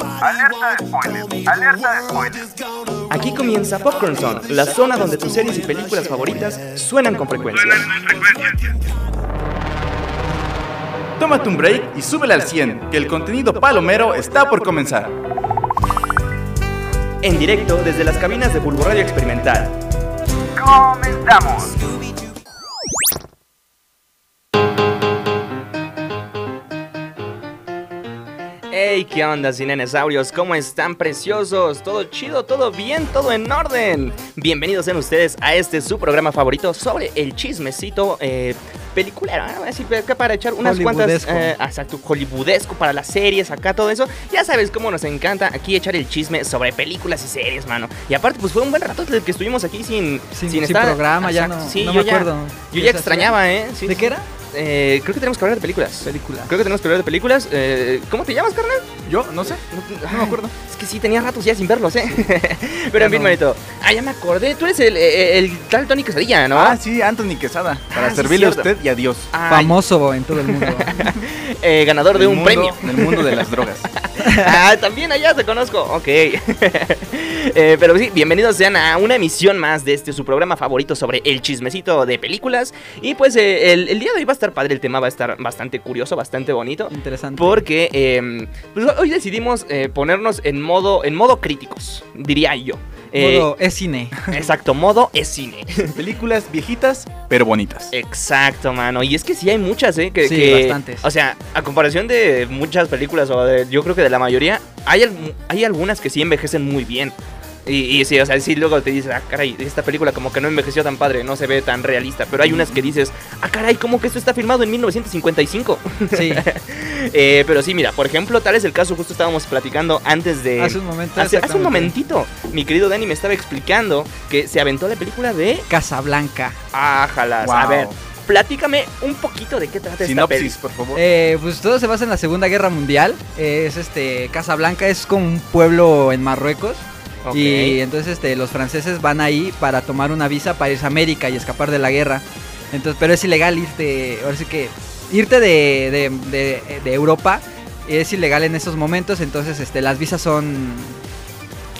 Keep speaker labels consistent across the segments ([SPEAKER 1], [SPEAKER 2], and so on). [SPEAKER 1] Alerta de spoiler, alerta de spoiler.
[SPEAKER 2] Aquí comienza Popcorn Zone, la zona donde tus series y películas favoritas suenan con frecuencia. Tómate un break y súbele al 100, que el contenido palomero está por comenzar. En directo desde las cabinas de Bulbo Radio Experimental.
[SPEAKER 1] Comenzamos.
[SPEAKER 2] ¡Hey! ¿Qué onda, cinenesaurios? ¿Cómo están, preciosos? ¿Todo chido? ¿Todo bien? ¿Todo en orden? Bienvenidos sean ustedes a este su programa favorito sobre el chismecito eh, peliculero. ¿no? Así que acá para echar unas cuantas...
[SPEAKER 3] Hollywoodesco.
[SPEAKER 2] eh, exacto, hollywoodesco para las series, acá todo eso. Ya sabes cómo nos encanta aquí echar el chisme sobre películas y series, mano. Y aparte, pues fue un buen rato el que estuvimos aquí sin...
[SPEAKER 3] Sin, sin programa, ya
[SPEAKER 2] Exacto,
[SPEAKER 3] no,
[SPEAKER 2] sí,
[SPEAKER 3] no
[SPEAKER 2] yo
[SPEAKER 3] me
[SPEAKER 2] ya-
[SPEAKER 3] acuerdo.
[SPEAKER 2] Yo ya extrañaba, ¿eh? Sí,
[SPEAKER 3] ¿De
[SPEAKER 2] sí.
[SPEAKER 3] qué era?
[SPEAKER 2] Eh, creo que tenemos que hablar de películas.
[SPEAKER 3] Película.
[SPEAKER 2] Creo que tenemos que hablar de películas. Eh, ¿Cómo te llamas, carnal?
[SPEAKER 3] ¿Yo? No sé.
[SPEAKER 2] No me acuerdo. Es que sí, tenía ratos ya sin verlos, ¿eh? Pero en fin,
[SPEAKER 3] no.
[SPEAKER 2] manito. Ah, ya me acordé. Tú eres el, eh, el, el tal Tony Quesadilla, ¿no?
[SPEAKER 4] Ah, sí, Anthony Quesada. Para
[SPEAKER 2] Ah, sí,
[SPEAKER 4] servirle a
[SPEAKER 2] cierto.
[SPEAKER 4] usted y a Dios.
[SPEAKER 2] Ay,
[SPEAKER 3] Famoso en todo el mundo.
[SPEAKER 2] eh, ganador de
[SPEAKER 4] Del
[SPEAKER 2] un
[SPEAKER 4] mundo-
[SPEAKER 2] premio.
[SPEAKER 4] Del mundo de las drogas.
[SPEAKER 2] Ah, también allá te conozco. Ok. Eh, pero sí, bienvenidos sean a una emisión más de este su programa favorito sobre el chismecito de películas. Y pues eh, el, el día de hoy va a estar padre, el tema va a estar bastante curioso, bastante bonito.
[SPEAKER 3] Interesante.
[SPEAKER 2] Porque eh, pues, hoy decidimos eh, ponernos en modo, en modo críticos, diría yo. Eh,
[SPEAKER 3] Modo es cine.
[SPEAKER 2] Exacto, modo es cine.
[SPEAKER 4] Películas viejitas, pero bonitas.
[SPEAKER 2] Eh, Exacto, mano. Y es que sí hay muchas, ¿eh? Que,
[SPEAKER 3] Sí,
[SPEAKER 2] que-
[SPEAKER 3] bastantes.
[SPEAKER 2] O sea, a comparación de muchas películas, o de- yo creo que de la mayoría, hay, al- hay algunas que sí envejecen muy bien. Y, y sí, o sea, sí luego te dices, ah, caray, esta película como que no envejeció tan padre, no se ve tan realista. Pero hay unas que dices, ah, caray, como que esto está filmado en 1955.
[SPEAKER 3] Sí.
[SPEAKER 2] Eh, pero sí, mira, por ejemplo, tal es el caso, justo estábamos platicando antes de...
[SPEAKER 3] Hace un momento.
[SPEAKER 2] hace- hace un
[SPEAKER 3] exactamente.
[SPEAKER 2] momentito, mi querido Dani me estaba explicando que se aventó la película de
[SPEAKER 3] Casablanca.
[SPEAKER 2] Ájalas. A
[SPEAKER 4] Wow.
[SPEAKER 2] ver, platícame un poquito de qué trata
[SPEAKER 4] Sinopsis,
[SPEAKER 2] esta
[SPEAKER 4] por favor.
[SPEAKER 3] Eh, pues todo se basa en la Segunda Guerra Mundial. Eh, es este. Casablanca es como un pueblo en Marruecos.
[SPEAKER 2] peli. Ok.
[SPEAKER 3] Y entonces este, los franceses van ahí para tomar una visa para irse a América y escapar de la guerra. Entonces, pero es ilegal irte, ahora sí que irte de, de- de- de Europa es ilegal en esos momentos, entonces este, las visas son,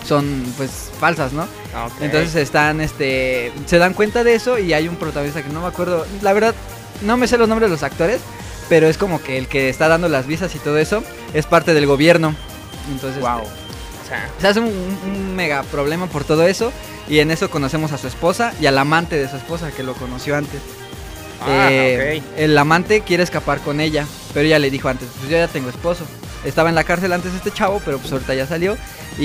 [SPEAKER 3] son pues falsas, ¿no?
[SPEAKER 2] Ok.
[SPEAKER 3] Entonces están, este, se dan cuenta de eso y hay un protagonista que no me acuerdo, la verdad, no me sé los nombres de los actores, pero es como que el que está dando las visas y todo eso es parte del gobierno. Entonces,
[SPEAKER 4] wow.
[SPEAKER 2] O sea,
[SPEAKER 3] se hace un, un- un mega problema por todo eso y en eso conocemos a su esposa y al amante de su esposa que lo conoció antes.
[SPEAKER 2] ah,
[SPEAKER 3] Eh, El amante quiere escapar con ella, pero ella le dijo antes, pues yo ya tengo esposo. Estaba en la cárcel antes este chavo, pero pues ahorita ya salió y,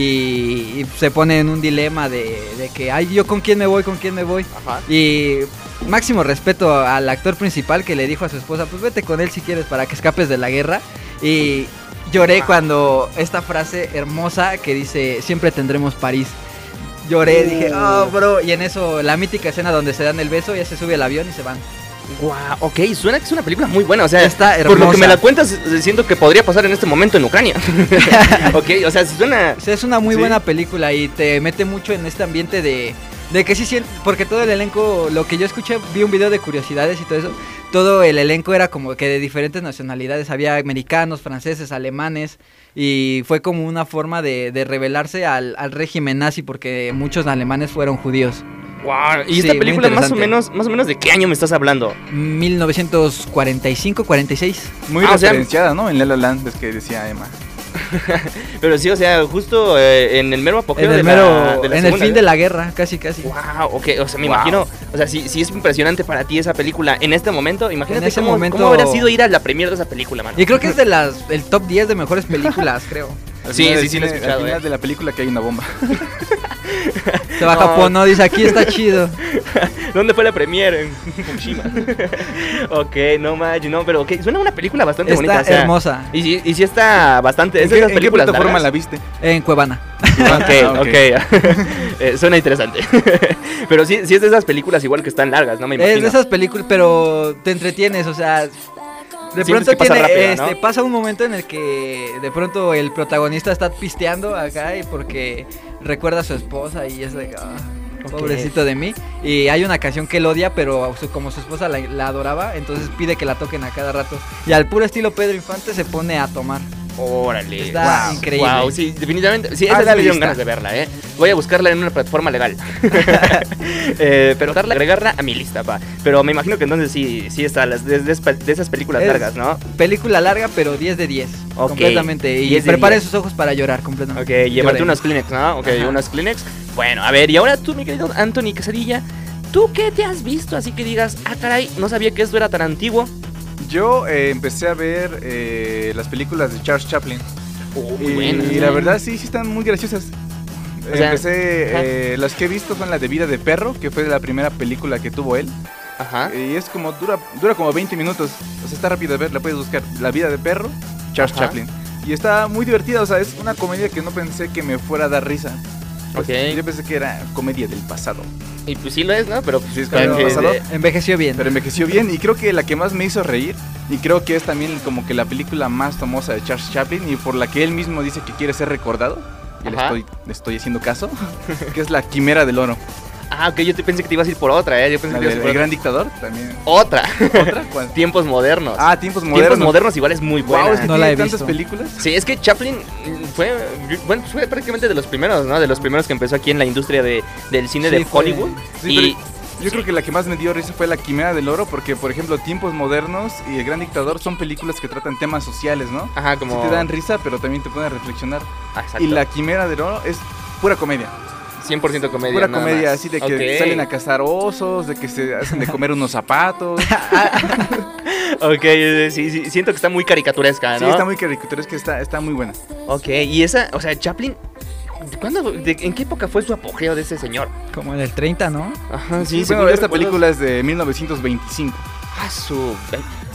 [SPEAKER 3] y se pone en un dilema de, de que, ay, yo con quién me voy, con quién me voy.
[SPEAKER 2] ok. Ajá.
[SPEAKER 3] Y máximo respeto al actor principal que le dijo a su esposa, pues vete con él si quieres para que escapes de la guerra. Y lloré cuando esta frase hermosa que dice, siempre tendremos París. Lloré, dije, oh, bro. Y en eso, la mítica escena donde se dan el beso, ya se sube al avión y se van.
[SPEAKER 2] Guau, ok, suena que es una película muy buena. O sea,
[SPEAKER 3] Está
[SPEAKER 2] por lo que
[SPEAKER 3] hermosa.
[SPEAKER 2] me la cuentas, eh, siento que podría pasar en este momento en Ucrania. ok, o sea, si suena.
[SPEAKER 3] O sea, es una muy
[SPEAKER 2] Sí.
[SPEAKER 3] buena película y te mete mucho en este ambiente de, de que sí, sí, porque todo el elenco, lo que yo escuché, vi un video de curiosidades y todo eso, todo el elenco era como que de diferentes nacionalidades, había americanos, franceses, alemanes, y fue como una forma de, de rebelarse al, al régimen nazi porque muchos alemanes fueron judíos.
[SPEAKER 2] Guau, y
[SPEAKER 3] Sí,
[SPEAKER 2] esta
[SPEAKER 3] muy
[SPEAKER 2] película, más o,
[SPEAKER 3] interesante.
[SPEAKER 2] menos, más o menos, ¿de qué año me estás hablando?
[SPEAKER 3] 1945, 46.
[SPEAKER 4] Muy
[SPEAKER 2] Ah, o sea-
[SPEAKER 4] referenciada, ¿no? En La La Land, es que decía Emma.
[SPEAKER 2] Pero sí, o sea, justo eh, en el mero apogeo
[SPEAKER 3] En el,
[SPEAKER 2] de la-
[SPEAKER 3] mero-
[SPEAKER 2] de la
[SPEAKER 3] en el
[SPEAKER 2] Segunda
[SPEAKER 3] fin
[SPEAKER 2] Guerra.
[SPEAKER 3] de la guerra, casi, casi.
[SPEAKER 2] Wow, ok, o sea, me
[SPEAKER 4] Wow.
[SPEAKER 2] imagino, o sea, si, si es impresionante para ti esa película en este momento, imagínate
[SPEAKER 3] ese
[SPEAKER 2] cómo,
[SPEAKER 3] momento-
[SPEAKER 2] cómo habría sido ir a la premiere de esa película, mano.
[SPEAKER 3] Y creo que es de las, el top 10 de mejores películas, creo.
[SPEAKER 4] Al
[SPEAKER 2] Sí,
[SPEAKER 4] final
[SPEAKER 2] sí,
[SPEAKER 4] del
[SPEAKER 2] sí, lo he
[SPEAKER 4] cine-
[SPEAKER 2] escuchado,
[SPEAKER 4] Al final
[SPEAKER 2] eh.
[SPEAKER 4] de la película que hay una bomba.
[SPEAKER 3] Se va a
[SPEAKER 2] No.
[SPEAKER 3] Japón, no, dice, aquí está chido.
[SPEAKER 2] ¿Dónde fue la premiere? En Fukushima. ok, no manches, no, pero ok, suena una película bastante
[SPEAKER 3] Está
[SPEAKER 2] bonita. o sea,
[SPEAKER 3] hermosa.
[SPEAKER 2] Y sí, y sí está bastante.
[SPEAKER 4] ¿En
[SPEAKER 2] Es de
[SPEAKER 4] qué,
[SPEAKER 2] esas
[SPEAKER 4] en qué
[SPEAKER 2] películas
[SPEAKER 4] plataforma la
[SPEAKER 2] largas.
[SPEAKER 4] viste?
[SPEAKER 3] En Cuevana.
[SPEAKER 2] Ok,
[SPEAKER 4] Ah,
[SPEAKER 2] ok. Eh, suena interesante. pero sí, sí es de esas películas igual que están largas, ¿no? Me imagino.
[SPEAKER 3] Es de esas películas, pero te entretienes, o sea, de pronto
[SPEAKER 2] que pasa
[SPEAKER 3] tiene,
[SPEAKER 2] rápido,
[SPEAKER 3] este,
[SPEAKER 2] ¿no?
[SPEAKER 3] pasa un momento en el que de pronto el protagonista está pisteando acá y porque recuerda a su esposa y es de que, ah, Pobrecito de mí. Y hay una canción que él odia, pero su- como su esposa la, la adoraba, entonces pide que la toquen a cada rato. Y al puro estilo Pedro Infante se pone a tomar.
[SPEAKER 2] Órale.
[SPEAKER 3] Está
[SPEAKER 2] Guau,
[SPEAKER 3] increíble.
[SPEAKER 2] guau, sí, definitivamente. Sí, esa
[SPEAKER 4] Ah,
[SPEAKER 2] sí
[SPEAKER 4] la
[SPEAKER 2] me dieron
[SPEAKER 4] lista.
[SPEAKER 2] ganas de verla, ¿eh? Voy a buscarla en una plataforma legal. Eh, pero darla, agregarla a mi lista, va. Pero me imagino que entonces sí, sí está las de, de- de esas películas
[SPEAKER 3] Es-
[SPEAKER 2] largas, ¿no?
[SPEAKER 3] Película larga, pero 10 de 10.
[SPEAKER 2] Ok.
[SPEAKER 3] Completamente. Y
[SPEAKER 2] 10 de
[SPEAKER 3] preparen
[SPEAKER 2] 10.
[SPEAKER 3] sus ojos para llorar
[SPEAKER 2] Ok,
[SPEAKER 3] completamente.
[SPEAKER 2] llevarte
[SPEAKER 3] Lloren.
[SPEAKER 2] unos Kleenex, ¿no? Ok,
[SPEAKER 3] Ajá.
[SPEAKER 2] unos Kleenex. Bueno, a ver, y ahora tú, mi querido Anthony Quesadilla, ¿tú qué te has visto así que digas, ah, caray, no sabía que esto era tan antiguo?
[SPEAKER 4] Yo eh, empecé a ver eh, las películas de Charles Chaplin.
[SPEAKER 2] Oh, muy
[SPEAKER 4] Y,
[SPEAKER 2] buena.
[SPEAKER 4] la verdad sí, sí están muy graciosas.
[SPEAKER 2] O sea, ajá.
[SPEAKER 4] Empecé, eh, las que he visto son la de Vida de Perro, que fue la primera película que tuvo él.
[SPEAKER 2] Ajá.
[SPEAKER 4] Y es como, dura, dura como 20 minutos. O sea, está rápido de ver, la puedes buscar. La Vida de Perro, Charles
[SPEAKER 2] Ajá.
[SPEAKER 4] Chaplin. Y está muy divertida, o sea, es una comedia que no pensé que me fuera a dar risa.
[SPEAKER 2] Ok.
[SPEAKER 4] Yo pensé que era comedia del pasado.
[SPEAKER 2] Y pues sí lo es, ¿no? Pero pues,
[SPEAKER 4] Sí, es
[SPEAKER 2] pero-
[SPEAKER 4] comedia del pasado.
[SPEAKER 3] Envejeció bien.
[SPEAKER 4] Pero envejeció bien y creo que la que más me hizo reír y creo que es también como que la película más famosa de Charles Chaplin y por la que él mismo dice que quiere ser recordado. Y le
[SPEAKER 2] Ajá.
[SPEAKER 4] estoy, le estoy haciendo caso. Que es la quimera del oro.
[SPEAKER 2] Ah, ok, yo te pensé que te ibas a ir por otra, ¿eh? Yo pensé
[SPEAKER 4] La
[SPEAKER 2] que te
[SPEAKER 4] del El
[SPEAKER 2] ibas a ir por
[SPEAKER 4] gran dictador también.
[SPEAKER 2] otra.
[SPEAKER 4] ¿Otra? ¿Cuál?
[SPEAKER 2] Tiempos modernos.
[SPEAKER 4] Ah, tiempos modernos.
[SPEAKER 2] Tiempos modernos igual es muy buena.
[SPEAKER 4] Wow, es que
[SPEAKER 3] No
[SPEAKER 4] tiene
[SPEAKER 3] la he
[SPEAKER 4] tantas
[SPEAKER 3] visto.
[SPEAKER 4] películas.
[SPEAKER 2] Sí, es que Chaplin mm, fue, bueno, fue prácticamente de los primeros, ¿no? De los primeros que empezó aquí en la industria de, del cine
[SPEAKER 3] Sí,
[SPEAKER 2] de
[SPEAKER 3] fue-
[SPEAKER 2] Hollywood.
[SPEAKER 4] Sí,
[SPEAKER 2] y
[SPEAKER 4] pero yo creo que la que más me dio risa fue La Quimera del Oro, porque, por ejemplo, Tiempos Modernos y El Gran Dictador son películas que tratan temas sociales, ¿no?
[SPEAKER 2] ajá, como
[SPEAKER 4] Sí te dan risa, pero también te ponen a reflexionar.
[SPEAKER 2] Ah, exacto.
[SPEAKER 4] Y La Quimera del Oro es pura comedia.
[SPEAKER 2] 100% comedia.
[SPEAKER 4] Pura
[SPEAKER 2] nada
[SPEAKER 4] comedia,
[SPEAKER 2] más.
[SPEAKER 4] así de que
[SPEAKER 2] Ok.
[SPEAKER 4] salen a cazar osos, de que se hacen de comer unos zapatos.
[SPEAKER 2] Ah, Ok, eh, sí, sí, siento que está muy caricaturesca,
[SPEAKER 4] Sí,
[SPEAKER 2] ¿no?
[SPEAKER 4] está muy caricatura, es que está, está muy buena.
[SPEAKER 2] Ok, y esa, o sea, Chaplin, ¿cuándo, de- ¿en qué época fue su apogeo de ese señor?
[SPEAKER 3] Como en el 30, ¿no?
[SPEAKER 2] Ajá,
[SPEAKER 4] Sí,
[SPEAKER 2] según
[SPEAKER 4] bueno,
[SPEAKER 2] yo
[SPEAKER 4] esta
[SPEAKER 2] recuerdo-
[SPEAKER 4] película es de 1925.
[SPEAKER 2] Ah, su...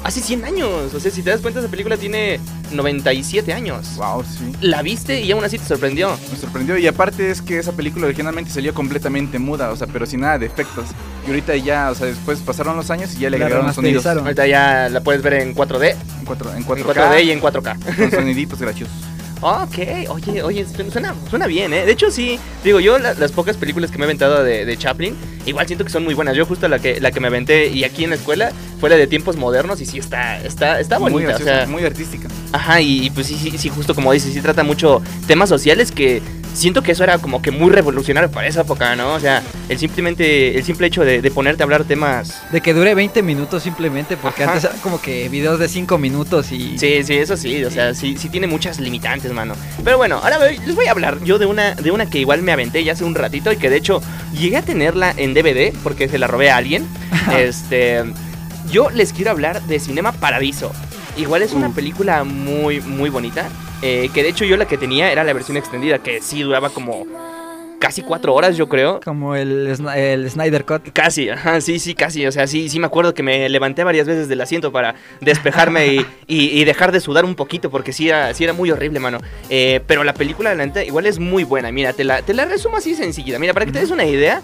[SPEAKER 2] Hace 100 años, o sea, si te das cuenta, esa película tiene 97 años.
[SPEAKER 4] Wow, sí.
[SPEAKER 2] La viste y aún así te sorprendió.
[SPEAKER 4] Me sorprendió. Y aparte es que esa película originalmente salió completamente muda, o sea, pero sin nada de efectos. Y ahorita ya, o sea, después pasaron los años y ya le
[SPEAKER 3] La
[SPEAKER 4] agregaron sonidos.
[SPEAKER 3] remasterizaron.
[SPEAKER 2] Ahorita ya la puedes ver en 4D,
[SPEAKER 4] En, cuatro, en,
[SPEAKER 2] en
[SPEAKER 4] 4K,
[SPEAKER 2] 4D y en 4K.
[SPEAKER 4] con soniditos graciosos.
[SPEAKER 2] Ok, oye, oye, su- suena, suena bien, ¿eh? De hecho, sí, digo, yo la- las pocas películas que me he aventado de, de Chaplin, igual siento que son muy buenas. Yo justo la que, la que me aventé y aquí en la escuela fue la de tiempos modernos y sí está, está, está bonita.
[SPEAKER 4] muy graciosa,
[SPEAKER 2] o sea,
[SPEAKER 4] muy artística.
[SPEAKER 2] Ajá, y, y pues sí, sí, sí, justo como dices, sí trata mucho temas sociales que siento que eso era como que muy revolucionario para esa época, ¿no? O sea, el simplemente, el simple hecho de, de ponerte a hablar temas.
[SPEAKER 3] De que dure 20 minutos simplemente, porque
[SPEAKER 2] Ajá.
[SPEAKER 3] antes eran como que videos de 5 minutos y...
[SPEAKER 2] Sí, sí, eso sí, o sea, sí, sí tiene muchas limitantes, mano. Pero bueno, ahora voy- les voy a hablar yo de una, de una que igual me aventé ya hace un ratito y que de hecho llegué a tenerla en DVD porque se la robé a alguien. este, yo les quiero hablar de Cinema Paradiso. Igual es una
[SPEAKER 4] Uf.
[SPEAKER 2] película muy, muy bonita. eh, que de hecho yo la que tenía era la versión extendida, que sí duraba como casi cuatro horas, yo creo.
[SPEAKER 3] Como el, Sna- el Snyder Cut.
[SPEAKER 2] Casi, ajá, sí, sí, casi. O sea, sí, sí me acuerdo que me levanté varias veces del asiento para despejarme y, y- y dejar de sudar un poquito, porque sí era, sí era muy horrible, mano. Eh, pero la película, la neta, igual es muy buena. Mira, te la, te la resumo así sencillita. Mira, para que te des una idea,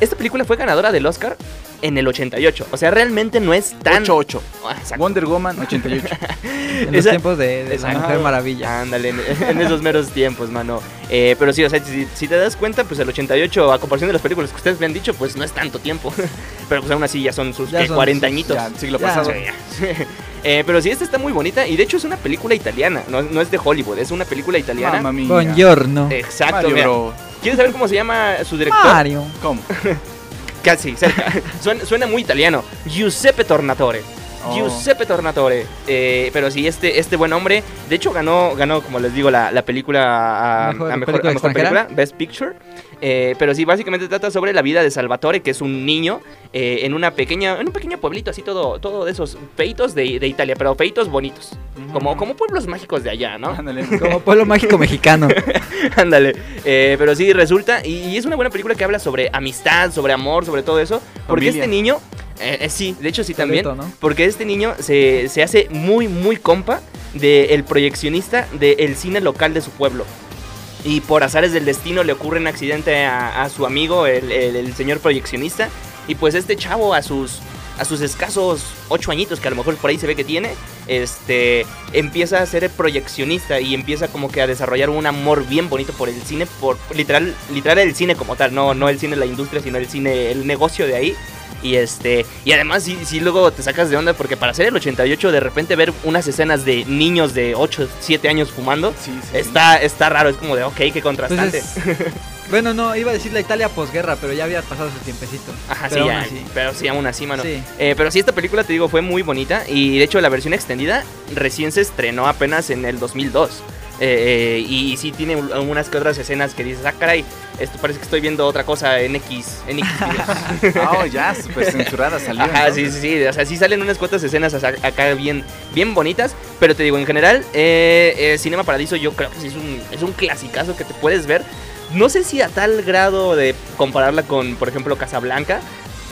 [SPEAKER 2] esta película fue ganadora del Oscar en el 88. O sea, realmente no es tan...
[SPEAKER 4] 8-8.
[SPEAKER 2] Ah, exacto.
[SPEAKER 4] Wonder Woman 88.
[SPEAKER 3] En los
[SPEAKER 2] Esa-
[SPEAKER 3] tiempos de, de la
[SPEAKER 2] Exacto.
[SPEAKER 3] Mujer Maravilla.
[SPEAKER 2] Ándale, en, en esos meros tiempos, mano. Eh, pero sí, o sea, si, si te das cuenta, pues el 88, a comparación de las películas que ustedes me han dicho, pues no es tanto tiempo. pero pues aún así ya son sus
[SPEAKER 3] Ya
[SPEAKER 2] ¿qué?
[SPEAKER 3] son
[SPEAKER 2] 40
[SPEAKER 3] sus-
[SPEAKER 2] añitos.
[SPEAKER 4] ya, el siglo
[SPEAKER 3] Ya.
[SPEAKER 4] pasado.
[SPEAKER 2] Sí, ya. Eh, pero sí, esta está muy bonita y de hecho es una película italiana, no, no es de Hollywood, es una película italiana.
[SPEAKER 4] Mamma mia.
[SPEAKER 3] Buongiorno.
[SPEAKER 2] Exacto,
[SPEAKER 4] Mario
[SPEAKER 2] mira.
[SPEAKER 4] Bro.
[SPEAKER 2] ¿Quieres saber cómo se llama su Eh, director?
[SPEAKER 3] Mario.
[SPEAKER 4] ¿Cómo?
[SPEAKER 2] Casi, cerca. suena, suena muy italiano. Giuseppe Tornatore.
[SPEAKER 4] Oh.
[SPEAKER 2] Giuseppe Tornatore. Eh, pero sí, este, este buen hombre, de hecho ganó, ganó como les digo, la, la película a, a
[SPEAKER 3] Mejor
[SPEAKER 2] mejor,
[SPEAKER 3] película
[SPEAKER 2] a mejor
[SPEAKER 3] extranjera.
[SPEAKER 2] película, Best Picture. Eh, pero sí, básicamente trata sobre la vida de Salvatore, que es un niño eh, en una pequeña, en un pequeño pueblito, así todo, todo de esos peitos de, de Italia, pero peitos bonitos. Como, como pueblos mágicos de allá, ¿no?
[SPEAKER 4] Mm. Ándale.
[SPEAKER 3] Como pueblo mágico mexicano.
[SPEAKER 2] Ándale. Eh, pero sí, resulta. Y, y es una buena película que habla sobre amistad, sobre amor, sobre todo eso. Porque
[SPEAKER 4] Familia.
[SPEAKER 2] este niño. eh, eh, sí, de hecho sí también.
[SPEAKER 3] Toledo, ¿no?
[SPEAKER 2] Porque este niño se, se hace muy, muy compa del proyeccionista del cine local de su pueblo. Y por azares del destino le ocurre un accidente a, a su amigo, el, el- el señor proyeccionista. Y pues este chavo a sus, a sus escasos ocho añitos, que a lo mejor por ahí se ve que tiene, este, empieza a ser el proyeccionista y empieza como que a desarrollar un amor bien bonito por el cine, por literal, literal el cine como tal, no, no el cine la industria, sino el cine, el negocio de ahí. Y este y además si, luego te sacas de onda porque para hacer el 88 de repente ver unas escenas de niños de 8, 7 años fumando
[SPEAKER 4] Sí, sí, sí.
[SPEAKER 2] está está raro, es como de ok, qué contrastante.
[SPEAKER 3] Entonces, bueno, no, iba a decir la Italia posguerra, pero ya había pasado su tiempecito.
[SPEAKER 2] Ajá,
[SPEAKER 3] Pero
[SPEAKER 2] sí,
[SPEAKER 3] aún
[SPEAKER 2] ya,
[SPEAKER 3] así.
[SPEAKER 2] pero sí, aún así, mano.
[SPEAKER 3] Sí.
[SPEAKER 2] Eh, pero sí, esta película, te digo, fue muy bonita y de hecho la versión extendida recién se estrenó apenas en el 2002. Eh, eh, y, sí tiene un- algunas que otras escenas que dices, ah, caray, esto parece que estoy viendo otra cosa en X, en X videos".
[SPEAKER 4] Ah, ya, súper censurada salió.
[SPEAKER 2] Ajá,
[SPEAKER 4] ¿no?
[SPEAKER 2] sí, sí, sí. O sea, sí salen unas cuantas escenas asa- acá bien, bien bonitas. Pero te digo, en general, eh, eh, Cinema Paradiso yo creo que sí es un, es un clasicazo que te puedes ver. No sé si a tal grado de compararla con, por ejemplo, Casablanca,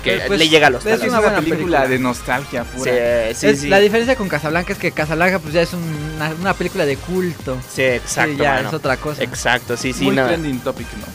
[SPEAKER 2] que
[SPEAKER 3] Pero, pues,
[SPEAKER 2] le llega a los
[SPEAKER 3] es
[SPEAKER 4] Es,
[SPEAKER 2] talos.
[SPEAKER 4] una,
[SPEAKER 3] buena
[SPEAKER 4] película,
[SPEAKER 3] película.
[SPEAKER 4] de nostalgia pura.
[SPEAKER 2] Sí, sí,
[SPEAKER 3] Es-
[SPEAKER 2] sí.
[SPEAKER 3] La diferencia con Casablanca es que Casablanca pues ya es un- una, una película de culto.
[SPEAKER 2] Sí, exacto,
[SPEAKER 3] Sí, ya
[SPEAKER 2] mano.
[SPEAKER 3] es otra cosa.
[SPEAKER 2] Exacto, sí, sí,
[SPEAKER 4] Muy
[SPEAKER 2] no. Ah,
[SPEAKER 4] trending topic, ¿no?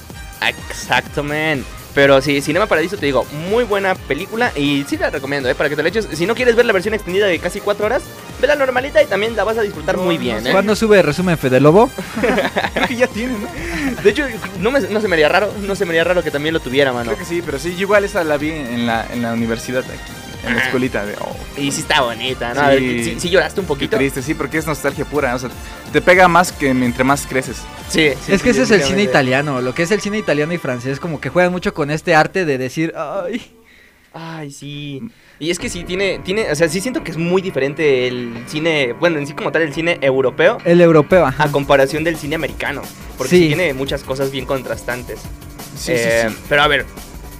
[SPEAKER 2] Exacto, man. Pero sí, Cinema Paradiso, te digo, muy buena película y sí la recomiendo, ¿eh? Para que te la eches. Si no quieres ver la versión extendida de casi cuatro horas, ve la normalita y también la vas a disfrutar muy bien, ¿eh?
[SPEAKER 3] ¿Cuándo sube resumen Fede Lobo?
[SPEAKER 4] Creo que ya tiene, ¿no?
[SPEAKER 2] De hecho, no, me- no se me haría raro, no se me haría raro que también lo tuviera, mano.
[SPEAKER 4] Creo que sí, pero sí, yo igual esa la vi en la, en la universidad aquí, en la
[SPEAKER 2] Ajá.
[SPEAKER 4] escuelita de... oh,
[SPEAKER 2] Y sí está bonita, ¿no? A
[SPEAKER 4] Sí.
[SPEAKER 2] ver, sí, sí lloraste
[SPEAKER 4] qué
[SPEAKER 2] un poquito.
[SPEAKER 4] triste, sí, porque es nostalgia pura, o sea, te pega más que entre más creces.
[SPEAKER 2] Sí, sí,
[SPEAKER 3] es que
[SPEAKER 2] sí,
[SPEAKER 3] ese es el cine
[SPEAKER 2] definitivamente.
[SPEAKER 3] italiano, lo que es el cine italiano y francés, como que juegan mucho con este arte de decir, ay,
[SPEAKER 2] Ay, sí. Y es que sí tiene, tiene, o sea, sí siento que es muy diferente el cine, bueno, en sí como tal el cine europeo
[SPEAKER 3] el europeo. ajá.
[SPEAKER 2] a comparación del cine americano, porque
[SPEAKER 3] Sí.
[SPEAKER 2] sí tiene muchas cosas bien contrastantes.
[SPEAKER 4] Sí,
[SPEAKER 2] Eh,
[SPEAKER 4] sí, sí.
[SPEAKER 2] Pero a ver,